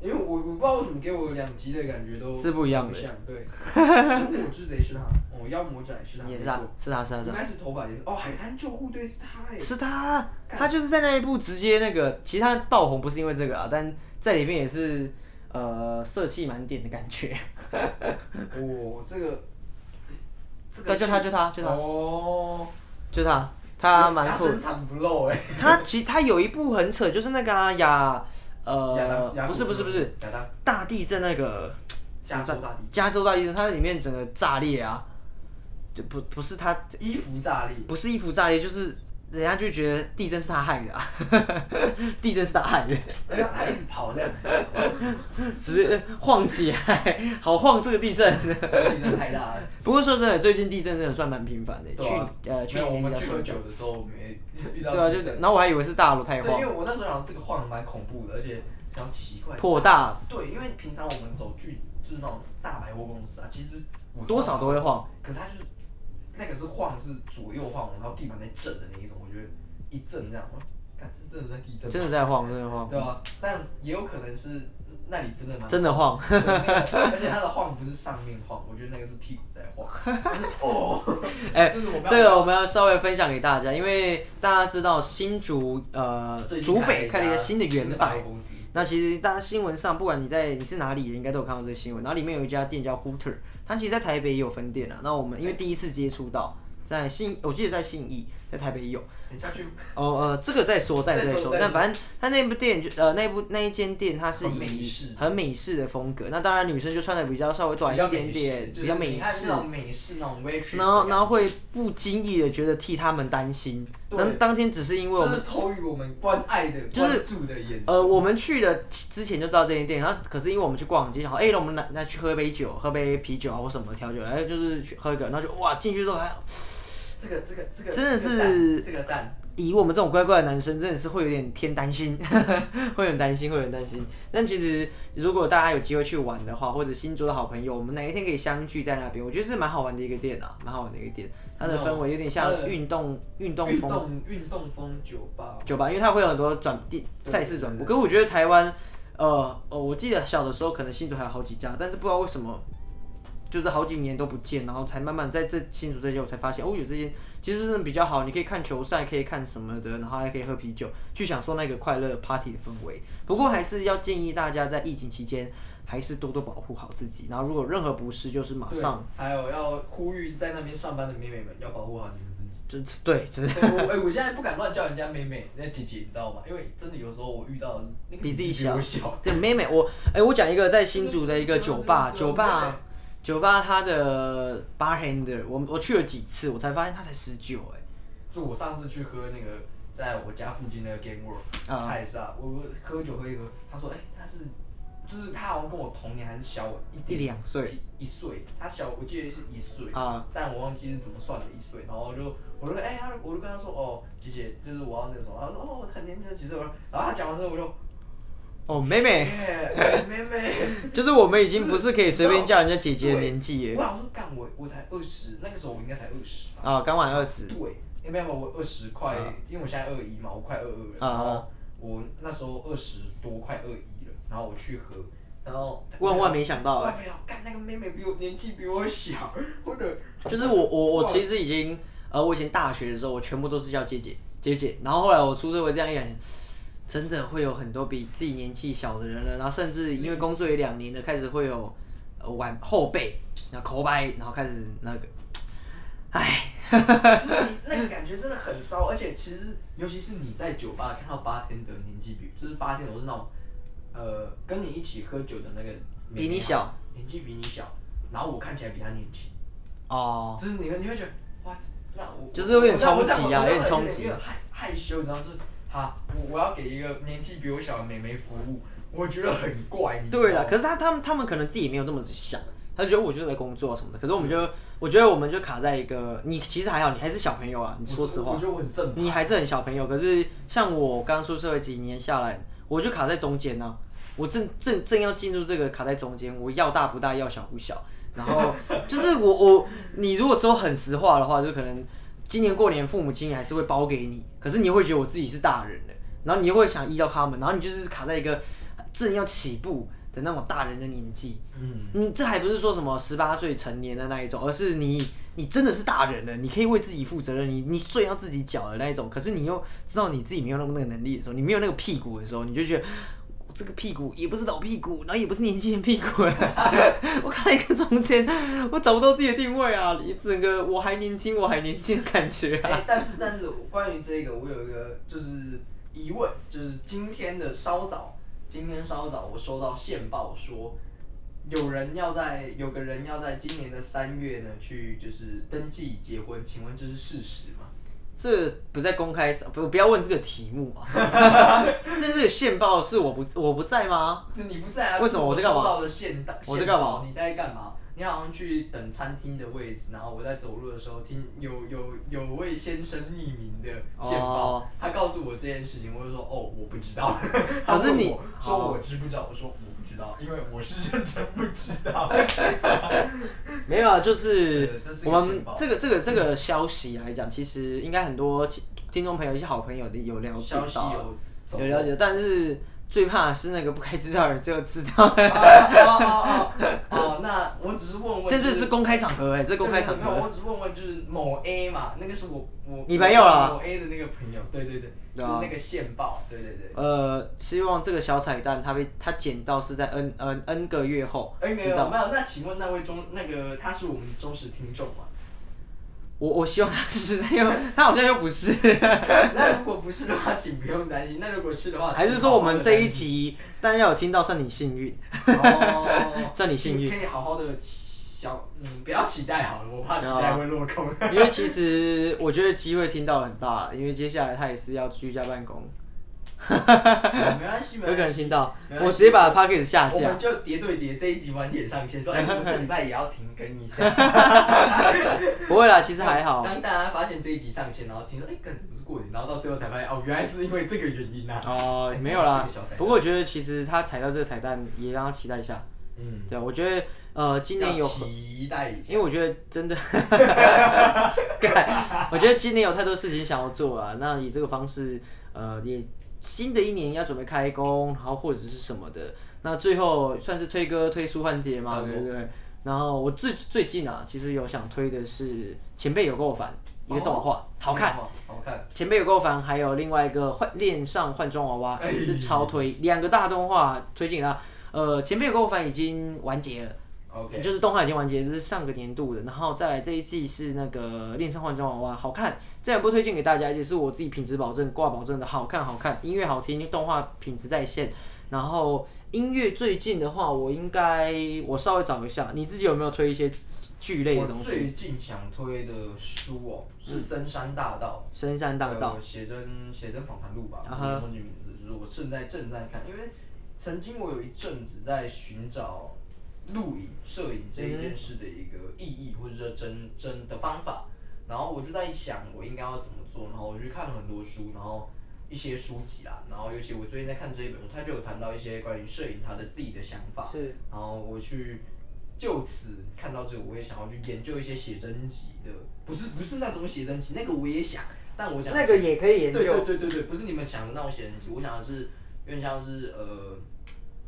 Speaker 3: 因为我我不知道为什么给我两集的感觉都
Speaker 4: 是不一样的
Speaker 3: 像对，生火之贼是他，哦，妖魔仔是他，
Speaker 4: *laughs* 也是
Speaker 3: 没
Speaker 4: 他
Speaker 3: 错，
Speaker 4: 是他，啊是他，是
Speaker 3: 应
Speaker 4: 他，
Speaker 3: 该是头发也是，哦，海滩救护队是他哎，
Speaker 4: 是他，他就是在那一部直接那个，其实他爆红不是因为这个啊，但在里面也是呃色气满点的感觉。
Speaker 3: 哦，这个，这个
Speaker 4: 对，就他，就他，就他，
Speaker 3: 哦，
Speaker 4: 就他，他蛮
Speaker 3: 他
Speaker 4: 酷的。
Speaker 3: 深藏不露
Speaker 4: *laughs*
Speaker 3: 哎，
Speaker 4: 他其实他有一部很扯，就是那个啊亚
Speaker 3: 亚当
Speaker 4: 呃，
Speaker 3: 亚
Speaker 4: 不是
Speaker 3: 古
Speaker 4: 不是
Speaker 3: 斯
Speaker 4: 不是
Speaker 3: 亚当，
Speaker 4: 大地震那个。
Speaker 3: 加州大地震，
Speaker 4: 加州大地震，它在里面整个炸裂啊，就不不是它
Speaker 3: 衣服炸裂，
Speaker 4: 不是衣服炸裂，就是人家就觉得地震是他害的啊， *laughs* 地震是他害的，
Speaker 3: 然后他哎一直跑这样，
Speaker 4: 只是晃起来，好晃这个地震。 *laughs*
Speaker 3: 地震太大了。
Speaker 4: 不过说真的，最近地震真的算蛮频繁的，
Speaker 3: 对啊，
Speaker 4: 去呃去
Speaker 3: 没有我
Speaker 4: 年
Speaker 3: 们
Speaker 4: 比较
Speaker 3: 去
Speaker 4: 少
Speaker 3: 喝
Speaker 4: 一点
Speaker 3: 酒的时候
Speaker 4: *laughs*
Speaker 3: 没遇
Speaker 4: 对啊，
Speaker 3: 到
Speaker 4: 就
Speaker 3: 地
Speaker 4: 是，
Speaker 3: 震，
Speaker 4: 然后我还以为是大楼太
Speaker 3: 对，因
Speaker 4: 晃
Speaker 3: 为，我那时候想这个晃蛮恐怖的，而且想奇怪，
Speaker 4: 破大
Speaker 3: 对，因为平常我们走去就是那种大百货公司啊，其实我
Speaker 4: 多少都会晃。
Speaker 3: 可是它就是那个是晃，是左右晃，然后地板在震的那一种，我觉得一震这样，我感这真的在地震吗，
Speaker 4: 真的在晃，真的晃，
Speaker 3: 对啊，但也有可能是那里真的蛮
Speaker 4: 真的晃。
Speaker 3: 对那个而且它的晃不是上面晃，我觉得那个是屁股在
Speaker 4: *laughs*
Speaker 3: 晃，哦，
Speaker 4: 哎
Speaker 3: 这是我刚
Speaker 4: 这个我们要稍微分享给大家，因为大家知道新竹呃
Speaker 3: 最近
Speaker 4: 竹北
Speaker 3: 开
Speaker 4: 开
Speaker 3: 了一家
Speaker 4: 了一个新的
Speaker 3: 新
Speaker 4: 园
Speaker 3: 的
Speaker 4: 百
Speaker 3: 百货公司，
Speaker 4: 那其实大家新闻上，不管你在你是哪里，应该都有看到这个新闻。然后里面有一家店叫 Hooter，它其实在台北也有分店啊。那我们因为第一次接触到，在信，我记得在信义，在台北也有。
Speaker 3: 等下去
Speaker 4: 哦呃，这个再说，再
Speaker 3: 再
Speaker 4: 再
Speaker 3: 说
Speaker 4: 说。
Speaker 3: 再
Speaker 4: 那
Speaker 3: 说
Speaker 4: 反正它那部店就呃那部那一间店，它是
Speaker 3: 很美式
Speaker 4: 以很美式的风格。那当然女生就穿的比较稍微短
Speaker 3: 比
Speaker 4: 一
Speaker 3: 较
Speaker 4: 点
Speaker 3: 美式
Speaker 4: 点，
Speaker 3: 就
Speaker 4: 比
Speaker 3: 是
Speaker 4: 较
Speaker 3: 你
Speaker 4: 美
Speaker 3: 看
Speaker 4: 式
Speaker 3: 那。种美式那种 waitress，
Speaker 4: 然后，
Speaker 3: 的感觉
Speaker 4: 然后会不经意的觉得替他们担心。
Speaker 3: 对
Speaker 4: 那当天只是因为我
Speaker 3: 这是
Speaker 4: 们
Speaker 3: 投予我们关爱的、
Speaker 4: 就是
Speaker 3: 关注的眼神。
Speaker 4: 呃，我们去的之前就知道这间店，然后可是因为我们去逛街，想哎、那我们来来去喝杯酒，喝杯啤酒啊或什么调酒，哎、就是去喝一个，然后就哇进去之后还
Speaker 3: 这个、这个、这个，
Speaker 4: 真的
Speaker 3: 这个蛋
Speaker 4: 是
Speaker 3: 这个蛋，
Speaker 4: 以我们这种乖乖的男生，真的是会有点偏担心， *laughs* 会很担心，会很担心。但其实如果大家有机会去玩的话，或者新竹的好朋友，我们哪一天可以相聚在那边，我觉得是蛮好玩的一个店啊，蛮好玩的一个店，它的氛围有点
Speaker 3: 它的
Speaker 4: 像运动运动
Speaker 3: 运
Speaker 4: 风
Speaker 3: 动运动风酒吧，
Speaker 4: 酒吧，因为它会有很多转地
Speaker 3: 对
Speaker 4: 赛事转播。可是我觉得台湾，呃呃，我记得小的时候可能新竹还有好几家，但是不知道为什么，就是好几年都不见，然后才慢慢在这新竹这些我才发现，哦，有这些其实真的比较好，你可以看球赛，可以看什么的，然后还可以喝啤酒，去享受那个快乐 party 的氛围。不过还是要建议大家在疫情期间。还是多多保护好自己，然后如果有任何不适，就是马
Speaker 3: 对
Speaker 4: 上，
Speaker 3: 还有要呼吁在那边上班的妹妹们要保护好你们自
Speaker 4: *laughs*
Speaker 3: 己。
Speaker 4: 就对，真的
Speaker 3: 对，我哎、我现在不敢乱叫人家妹妹、那姐姐，你知道吗？因为真的有时候我遇到的是那个
Speaker 4: 比自己
Speaker 3: 年纪比我
Speaker 4: 小
Speaker 3: 小，
Speaker 4: *laughs* 对，妹妹，我哎、我讲一个在新竹的一个酒
Speaker 3: *laughs*
Speaker 4: 吧，
Speaker 3: 这个
Speaker 4: 酒
Speaker 3: 妹妹
Speaker 4: 吧，酒吧，它的 bartender，我我去了几次，我才发现他才十九，哎，
Speaker 3: 就我上次去喝那个，在我家附近那个 Game World，、
Speaker 4: 啊
Speaker 3: 他也是啊，我我喝酒喝一喝，他说哎、他是，就是他好像跟我同年还是小我一点
Speaker 4: 一两岁
Speaker 3: 几一岁，他小我记得是一岁
Speaker 4: 啊，
Speaker 3: 但我忘记是怎么算的一岁，然后就我就哎、他我就跟他说哦姐姐，就是我要那个什么，他说哦我很年轻的几岁，我说然后他讲完之后我就
Speaker 4: 哦，妹妹，
Speaker 3: 耶妹妹。
Speaker 4: *laughs* 就是我们已经不是可以随便叫人家姐姐的年纪
Speaker 3: 我
Speaker 4: 耶，
Speaker 3: 想说，干我我才二十，那个时候我应该才二十吧。
Speaker 4: 啊，刚满二十，
Speaker 3: 对，欸没有没有，我二十快
Speaker 4: 啊，
Speaker 3: 因为我现在二一嘛，我快二二了。
Speaker 4: 啊
Speaker 3: 然后我那时候二十多，快二一了，然后我去喝，然后
Speaker 4: 万万没想到哎啊
Speaker 3: 万万没想到，干那个妹妹比我年纪比我小，或者
Speaker 4: 就是我我我其实已经，呃，我以前大学的时候，我全部都是叫姐姐姐姐，然后后来我出社会这样一两年，真的会有很多比自己年纪小的人了，然后甚至因为工作也两年了，开始会有呃晚后辈，然后口白，然后开始那个，唉，
Speaker 3: 就是你那个感觉真的很糟，而且其实尤其是你在酒吧看到八天的年纪比，就是八天我是那种，呃，跟你一起喝酒的那个妹妹啊
Speaker 4: 比你小，
Speaker 3: 年纪比你小，然后我看起来比她年轻。
Speaker 4: 哦，
Speaker 3: 就是你会你会觉得哇，那我
Speaker 4: 就是有点
Speaker 3: 我这样
Speaker 4: 冲击啊
Speaker 3: 我这样
Speaker 4: 有点冲击
Speaker 3: 有点害害羞，然后就是啊，我我要给一个年纪比我小的妹妹服务，我觉得很怪，你知道
Speaker 4: 对了，
Speaker 3: 吗
Speaker 4: 可是他他们他们可能自己没有那么想。他就觉得我就是在工作什么的，可是我们就，我觉得我们就卡在一个，你其实还好，你还是小朋友啊，你
Speaker 3: 我
Speaker 4: 说实话
Speaker 3: 我，觉得我很正派，
Speaker 4: 你还是很小朋友，可是像我刚出社会几年下来，我就卡在中间呢、啊我正正正要进入这个卡在中间，我要大不大，要小不小。然后就是我我你如果说很实话的话，就可能今年过年父母亲还是会包给你，可是你会觉得我自己是大人了，然后你会想依照他们，然后你就是卡在一个正要起步的那种大人的年纪。
Speaker 3: 嗯，
Speaker 4: 你这还不是说什么十八岁成年的那一种，而是你你真的是大人了，你可以为自己负责任，你你税要自己缴的那一种。可是你又知道你自己没有那么那个能力的时候，你没有那个屁股的时候，你就觉得。我这个屁股也不是老屁股，然后也不是年轻人屁股， *laughs* 我看了一个中间，我找不到自己的定位啊！一整个我还年轻，我还年轻的感觉啊！ *laughs*
Speaker 3: 哎，但是但是关于这个，我有一个就是疑问，就是今天的稍早，今天稍早我收到线报说。有人要在有个人要在今年的三月呢去就是登记结婚，请问这是事实吗？
Speaker 4: 这不在公开上，不不要问这个题目啊。 *laughs* 但这个线报是我不我不在吗？
Speaker 3: 那你不在啊？
Speaker 4: 为什么我
Speaker 3: 我
Speaker 4: 在干嘛
Speaker 3: 收到的线到
Speaker 4: 我在干嘛？
Speaker 3: 线报你在干嘛？你好像去等餐厅的位置，然后我在走路的时候听有有有位先生匿名的线报
Speaker 4: 哦
Speaker 3: 他告诉我这件事情，我就说哦我不知道。
Speaker 4: 可是你
Speaker 3: 他问我说
Speaker 4: 哦
Speaker 3: 我知不知道？我说我不知道，因为我是认真不知
Speaker 4: *laughs*
Speaker 3: 道。
Speaker 4: 没有啊，就
Speaker 3: 对
Speaker 4: 是
Speaker 3: 这是一
Speaker 4: 我
Speaker 3: 个
Speaker 4: 们
Speaker 3: 线报嗯
Speaker 4: 这个这个这个消息来讲，其实应该很多听听众朋友、一些好朋友的有了解
Speaker 3: 消息
Speaker 4: 到，
Speaker 3: 有走
Speaker 4: 有了解，但是最怕的是那个不该知道的人最后知道，
Speaker 3: 哦哦哦哦哦，那 *laughs* 我只是
Speaker 4: *laughs*
Speaker 3: 问问，
Speaker 4: 甚至是
Speaker 3: 就是
Speaker 4: 公开场合哎、这公开场
Speaker 3: 对对对没有，
Speaker 4: 合
Speaker 3: 我只是问问，就是某 A 嘛，那个是我我
Speaker 4: 你朋友啦
Speaker 3: 某 A 的那个朋友，对对对，就
Speaker 4: 对
Speaker 3: 是
Speaker 4: 啊
Speaker 3: 那个线报，对对对。
Speaker 4: 呃，希望这个小彩蛋他被他捡到是在 n n n 个月后
Speaker 3: 哎，没
Speaker 4: 知
Speaker 3: 有
Speaker 4: 道。
Speaker 3: 没有，那请问那位忠那个他是我们忠实听众
Speaker 4: *laughs*
Speaker 3: 吗？
Speaker 4: 我我希望他是，因为他好像又
Speaker 3: *laughs*
Speaker 4: 不是，
Speaker 3: 那如果不是的话，请不用担心。那如果是的话，
Speaker 4: 还是
Speaker 3: 请
Speaker 4: 说
Speaker 3: 好好
Speaker 4: 我们
Speaker 3: 地
Speaker 4: 这一
Speaker 3: 担心
Speaker 4: 集大家有听到算你幸运，
Speaker 3: 哦，
Speaker 4: *laughs* 算你幸运
Speaker 3: 可以好好的想，嗯，不要期待好了，我怕期待会落
Speaker 4: *laughs*
Speaker 3: 空。
Speaker 4: 因为其实我觉得机会听到很大，因为接下来他也是要居家办公，
Speaker 3: 没关系，没
Speaker 4: 有可
Speaker 3: 关
Speaker 4: 能
Speaker 3: 系。
Speaker 4: 听到
Speaker 3: 没，关
Speaker 4: 我
Speaker 3: 系
Speaker 4: 直接把 p a c k a g e 下
Speaker 3: 我们
Speaker 4: 架。
Speaker 3: 就叠对叠这一集晚点上线，说哎，我这礼拜也要停更一下。
Speaker 4: 不会啦，其实还好。
Speaker 3: 当大家发现这一集上线，然后听说哎，干怎么是过年，然后到最后才发现哦，原来是因为这个原因啊呐。
Speaker 4: 哦，没有
Speaker 3: 哎是
Speaker 4: 啦
Speaker 3: 个小彩。蛋
Speaker 4: 不过我觉得其实他踩到这个彩蛋，也让他期待一下。
Speaker 3: 嗯，
Speaker 4: 对，啊我觉得呃，今年
Speaker 3: 要
Speaker 4: 有
Speaker 3: 期待一下
Speaker 4: 因为。我觉得
Speaker 3: *laughs*
Speaker 4: 真的，干我觉得今年有太多事情想要做啊。那以这个方式，呃，也新的一年要准备开工，然后或者是什么的。那最后算是推歌推出环节
Speaker 3: 差
Speaker 4: 嘛，
Speaker 3: 不多
Speaker 4: 对不对？然后我最最近啊，其实有想推的是《前辈有够烦》一个动画，好看。
Speaker 3: 哦，好看。
Speaker 4: 前辈有够烦，还有另外一个换恋上换装娃娃
Speaker 3: 哎
Speaker 4: 也是超推，两个大动画推荐啊。呃，前辈有够烦已经完结了。
Speaker 3: OK，
Speaker 4: 就是动画已经完结，这是上个年度的，然后再来这一季是那个《恋上换装娃娃》，好看，这两部推荐给大家，也是我自己品质保证、挂保证的，好看好看，音乐好听，动画品质在线。然后音乐最近的话，我应该我稍微找一下，你自己有没有推一些剧类的东
Speaker 3: 我
Speaker 4: 西？
Speaker 3: 最近想推的书哦，是《深山大道》。
Speaker 4: 深山大道，
Speaker 3: 呃写真写真访谈录吧，
Speaker 4: 啊
Speaker 3: 我
Speaker 4: 哈
Speaker 3: 忘记名字，就是我正在正在看，因为曾经我有一阵子在寻找录影、摄影这
Speaker 4: 嗯
Speaker 3: 一件事的一个意义，或者说真真的方法，然后我就在想我应该要怎么做，然后我就看了很多书，然后。一些书籍啦，然后尤其我最近在看这一本书，他就有谈到一些关于摄影他的自己的想法，
Speaker 4: 是
Speaker 3: 然后我去就此看到这个，我也想要去研究一些写真集的，不是不是那种写真集，那个我也想，但我讲的
Speaker 4: 那
Speaker 3: 是
Speaker 4: 个也可以研
Speaker 3: 对对
Speaker 4: 究，
Speaker 3: 对对对，不是你们想的那种写真集，我想的是有点像是呃，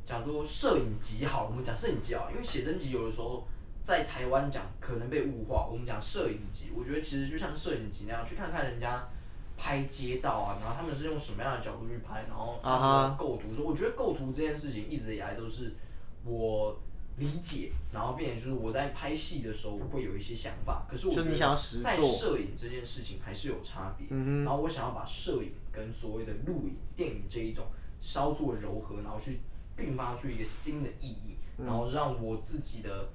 Speaker 3: 讲说摄影集好了，我们讲摄影集好了，因为写真集有的时候在台湾讲可能被物化，我们讲摄影集，我觉得其实就像摄影集那样，去看看人家拍街道啊，然后他们是用什么样的角度去拍，然后他们的
Speaker 4: 啊
Speaker 3: 构图说，我觉得构图这件事情一直以来都是我。理解，然后变成就是我在拍戏的时候，我会有一些想法。可是我
Speaker 4: 就是
Speaker 3: 觉
Speaker 4: 你
Speaker 3: 得
Speaker 4: 想要实
Speaker 3: 在
Speaker 4: 作
Speaker 3: 摄影这件事情还是有差别。
Speaker 4: 嗯
Speaker 3: 然后我想要把摄影跟所谓的录影、电影这一种稍作柔合，然后去并发出一个新的意义，
Speaker 4: 嗯
Speaker 3: 然后让我自己的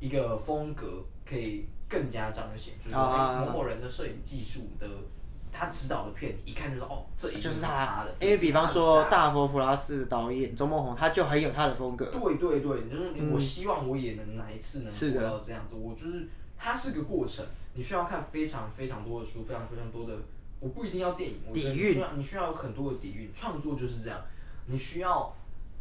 Speaker 3: 一个风格可以更加彰显。就是说，
Speaker 4: 啊
Speaker 3: 哎某某人的摄影技术的，他指导的片一看就是哦，这一定
Speaker 4: 哼，就是
Speaker 3: 他
Speaker 4: 他
Speaker 3: 的。，
Speaker 4: 因为比方说
Speaker 3: 大。
Speaker 4: 大佛普拉斯的导演周梦红，他就很有他的风格，
Speaker 3: 对对对，你就是、我希望我也能哪一次能
Speaker 4: 是
Speaker 3: 做
Speaker 4: 的
Speaker 3: 到这样子。我就是它是个过程，你需要看非常非常多的书，非常非常多的，我不一定要电影，我觉得
Speaker 4: 底
Speaker 3: 你
Speaker 4: 蕴
Speaker 3: 需要你需要有很多的底蕴，创作就是这样，你需要。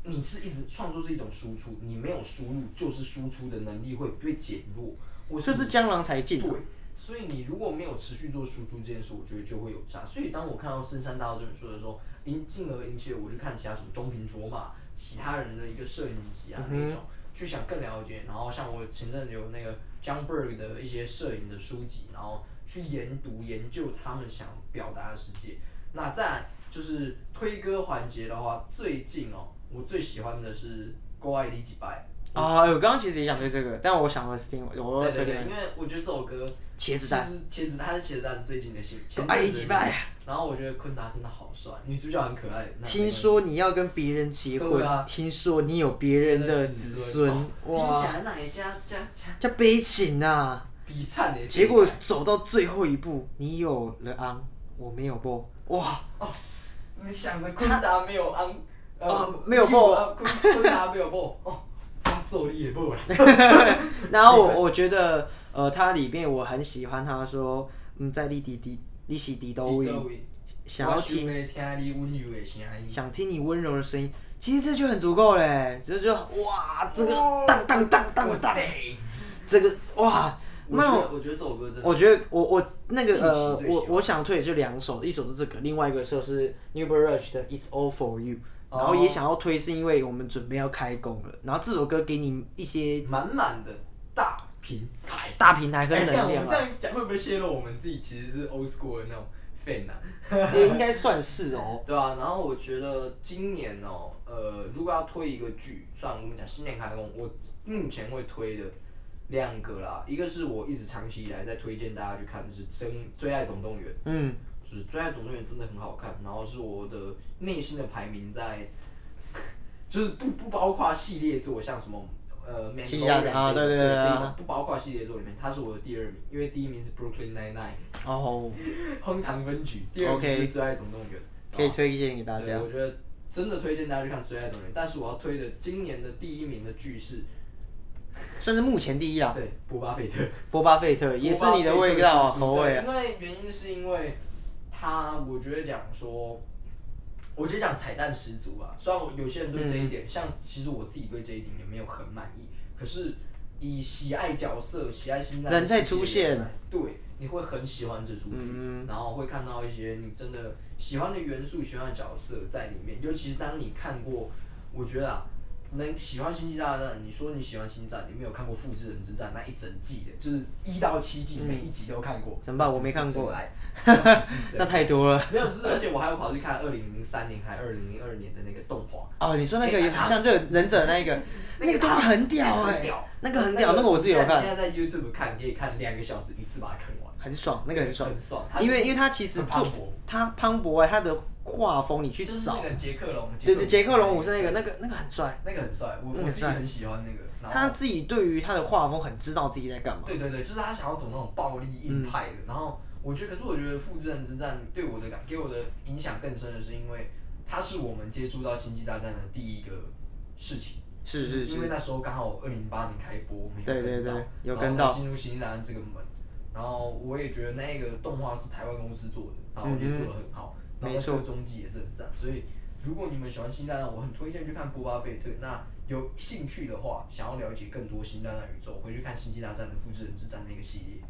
Speaker 3: 你是一直创作是一种输出，你没有输入，就是输出的能力会被减弱。我
Speaker 4: 就是是江郎才尽啊。
Speaker 3: 对，所以你如果没有持续做输出这件事，我觉得就会有差。所以当我看到《深山大道》这本书的时候，引进而引起了我去看其他什么中平卓嘛，其他人的一个摄影集啊那一
Speaker 4: 嗯
Speaker 3: 种，去想更了解。然后像我前阵子有那个 John Berg 的一些摄影的书籍，然后去研读研究他们想表达的世界。那在就是推歌环节的话，最近哦，我最喜欢的是《国外理几拜
Speaker 4: 啊、我刚刚其实也想推这个，但我想的是另外，》，我
Speaker 3: 对
Speaker 4: 要
Speaker 3: 对
Speaker 4: 哦推
Speaker 3: 对，
Speaker 4: 另外一
Speaker 3: 因
Speaker 4: 个
Speaker 3: 为我觉得这首歌。
Speaker 4: 茄子蛋。
Speaker 3: 其实茄子蛋它是茄子蛋最近的新，前
Speaker 4: 爱
Speaker 3: 阵
Speaker 4: 你
Speaker 3: 子
Speaker 4: 几拜啊！
Speaker 3: 然后我觉得昆达真的好帅，女主角很可爱。那没
Speaker 4: 听
Speaker 3: 关系
Speaker 4: 说你要跟别人结婚，
Speaker 3: 对啊
Speaker 4: 听说你有别人的子孙，
Speaker 3: 哦听起
Speaker 4: 哇，
Speaker 3: 来那也加加加
Speaker 4: 叫悲情啊！
Speaker 3: 比灿的。
Speaker 4: 结果走到最后一步，你有了昂，我没有播，
Speaker 3: *laughs*
Speaker 4: 哇，
Speaker 3: 你想着昆达没有安，
Speaker 4: 啊
Speaker 3: 呃，
Speaker 4: 没有
Speaker 3: 利物浦
Speaker 4: 爆
Speaker 3: 啊昆昆达没有爆，哦，他做力也爆了。
Speaker 4: 然后我我觉得，呃，它里面我很喜欢他说，嗯，在立迪迪利息迪都
Speaker 3: 你各
Speaker 4: 位，
Speaker 3: 位
Speaker 4: 想要
Speaker 3: 我想
Speaker 4: 听
Speaker 3: 要听你温柔的声音。
Speaker 4: 想听你温柔的声音，其实这就很足够嘞，这就哇，这个当当当当当，
Speaker 3: 对
Speaker 4: 这个哇，
Speaker 3: 我觉
Speaker 4: 那
Speaker 3: 得
Speaker 4: 我
Speaker 3: 我觉得这首歌真的，
Speaker 4: 我觉得我我那个
Speaker 3: 近期
Speaker 4: 呃，
Speaker 3: 最喜
Speaker 4: 我
Speaker 3: 欢
Speaker 4: 我想推的就两首，一首是这个，另外一个就是 New b e Rush 的 It's All for You。
Speaker 3: 哦
Speaker 4: 然后也想要推，是因为我们准备要开工了。然后这首歌给你一些
Speaker 3: 满满的大平台。
Speaker 4: 大平台跟
Speaker 3: 哎
Speaker 4: 能
Speaker 3: 干我
Speaker 4: 量
Speaker 3: 们这
Speaker 4: 啊，
Speaker 3: 样讲会不会泄露我们自己其实是 old school 的那种 fan 啊？
Speaker 4: 也应该算是哦。
Speaker 3: 对啊，然后我觉得今年哦，呃，如果要推一个剧，算我们讲新年开工，我目前会推的两个啦，一个是我一直长期以来在推荐大家去看，就是《真最爱总动员》，
Speaker 4: 嗯，
Speaker 3: 就是《最爱总动员》真的很好看，然后是我的内心的排名在， *laughs* 就是不不包括系列作，像什么。呃，美
Speaker 4: 七大啊对对对对
Speaker 3: 这
Speaker 4: 啊
Speaker 3: 种不包括系列作里面，它是我的第二名，因为第一名是 Brooklyn Nine Nine，
Speaker 4: 哦，
Speaker 3: 荒唐分局，第二名就是
Speaker 4: OK
Speaker 3: 《最爱总动员》
Speaker 4: 可以推荐给大
Speaker 3: 对，
Speaker 4: 家
Speaker 3: 我觉得真的推荐大家去看《最爱总动员》，但是我要推的今年的第一名的剧是，
Speaker 4: 算是目前第一啦。
Speaker 3: 对，波巴菲特，
Speaker 4: 波巴菲特也是你的味道啊，口味啊。
Speaker 3: 波巴菲特之心对因为原因是因为他，我觉得讲说，我觉得讲彩蛋十足啊。虽然我有些人对这一点，
Speaker 4: 嗯
Speaker 3: 像其实我自己对这一点也没有很满意，可是以喜爱角色、喜爱新
Speaker 4: 人在出现，
Speaker 3: 对，你会很喜欢这出剧，
Speaker 4: 嗯
Speaker 3: 然后会看到一些你真的喜欢的元素、喜欢的角色在里面。尤其是当你看过，我觉得啊。能喜欢《星际大战》，你说你喜欢《星战》，你没有看过《复制人之战》那一整季的，就是一到七季，每一集都看过。
Speaker 4: 嗯怎么办我没看过
Speaker 3: 那不
Speaker 4: *laughs*
Speaker 3: 是真爱
Speaker 4: 那太多了。
Speaker 3: 没有，就是而且我还有跑去看二零零三年还二零零二年的那个动画，
Speaker 4: 哦，你说那个也很像忍忍者那一个， *laughs* 那个他很屌哎
Speaker 3: 很屌，
Speaker 4: 那个很屌，那个我自己有
Speaker 3: 现在
Speaker 4: 看，
Speaker 3: 现在在 YouTube 看，可以看两个小时，一次把它看完，
Speaker 4: 很爽，那个很爽
Speaker 3: 很。爽。它
Speaker 4: 因为因为他其实
Speaker 3: 很磅
Speaker 4: 做
Speaker 3: 礴
Speaker 4: 他磅礴哎，他的画风你去
Speaker 3: 就是
Speaker 4: 找
Speaker 3: 那，个杰克龙，
Speaker 4: 对对，杰克龙武
Speaker 3: 是
Speaker 4: 是那个那个那个很帅，
Speaker 3: 那个很帅，我
Speaker 4: 那个
Speaker 3: 我自己
Speaker 4: 帅
Speaker 3: 很喜欢那个。然后
Speaker 4: 他自己对于他的画风很知道自己在干嘛。
Speaker 3: 对对对，就是他想要走那种暴力硬派的。然后我觉得，可是我觉得《复制人之战》对我的感给我的影响更深的是，因为它是我们接触到《星际大战》的第一个事情。
Speaker 4: 是是
Speaker 3: 因为
Speaker 4: 是，
Speaker 3: 那时候刚好二零零八年开播，我们有
Speaker 4: 对对
Speaker 3: 跟到
Speaker 4: 对有
Speaker 3: 然后
Speaker 4: 跟
Speaker 3: 才
Speaker 4: 到
Speaker 3: 进入《星际大战》这个门。然后我也觉得那个动画是台湾公司做的，然后也
Speaker 4: 嗯哼
Speaker 3: 做的很好，然后
Speaker 4: 没
Speaker 3: 在
Speaker 4: 错
Speaker 3: 最中季也是很赞。所以如果你们喜欢《星际大战》，我很推荐去看波巴菲特。那有兴趣的话，想要了解更多《星际大战》宇宙，回去看《星际大战》的《复制人之战》那个系列，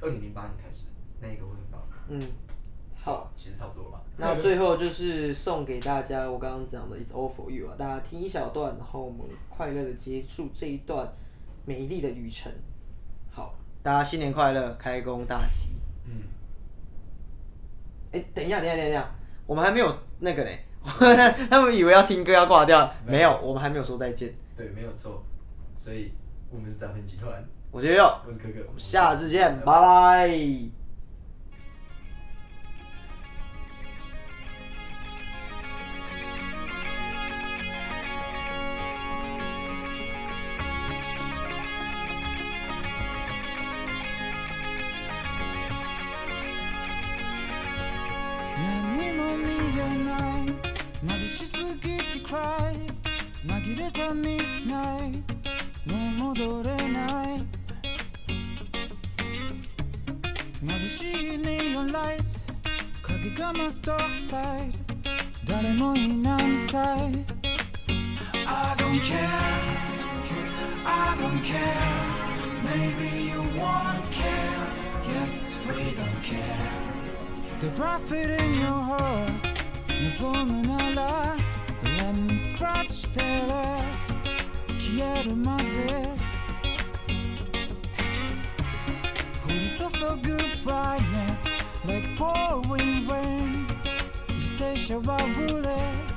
Speaker 3: 二零零八年开始，那一个会很棒。
Speaker 4: 嗯，好。，
Speaker 3: 其实差不多了吧。
Speaker 4: 那最后就是送给大家我刚刚讲的《It's All for You》啊，大家听一小段，然后我们快乐的结束这一段美丽的旅程。好，大家新年快乐，开工大吉！
Speaker 3: 嗯，
Speaker 4: 哎、等一下，等一下，等一下，我们还没有那个嘞， *laughs* 他们以为要听歌要挂掉，没有，我们还没有说再见。
Speaker 3: 对，没有错。所以我们是咱们集团，
Speaker 4: 我觉得
Speaker 3: 我是可可，我们
Speaker 4: 下次见，拜拜。
Speaker 5: 何も見えない眩しすぎて cry 紛れた midnight もう戻れない眩しい neon lights 影が増す dark side 誰もいないみたい I don't care I don't care Maybe you won't care Guess we don't care The prophet in your heart 望むなら Let me scratch that off 消えるまで降り注ぐ brightness Like pouring rain 犠牲者は r u l e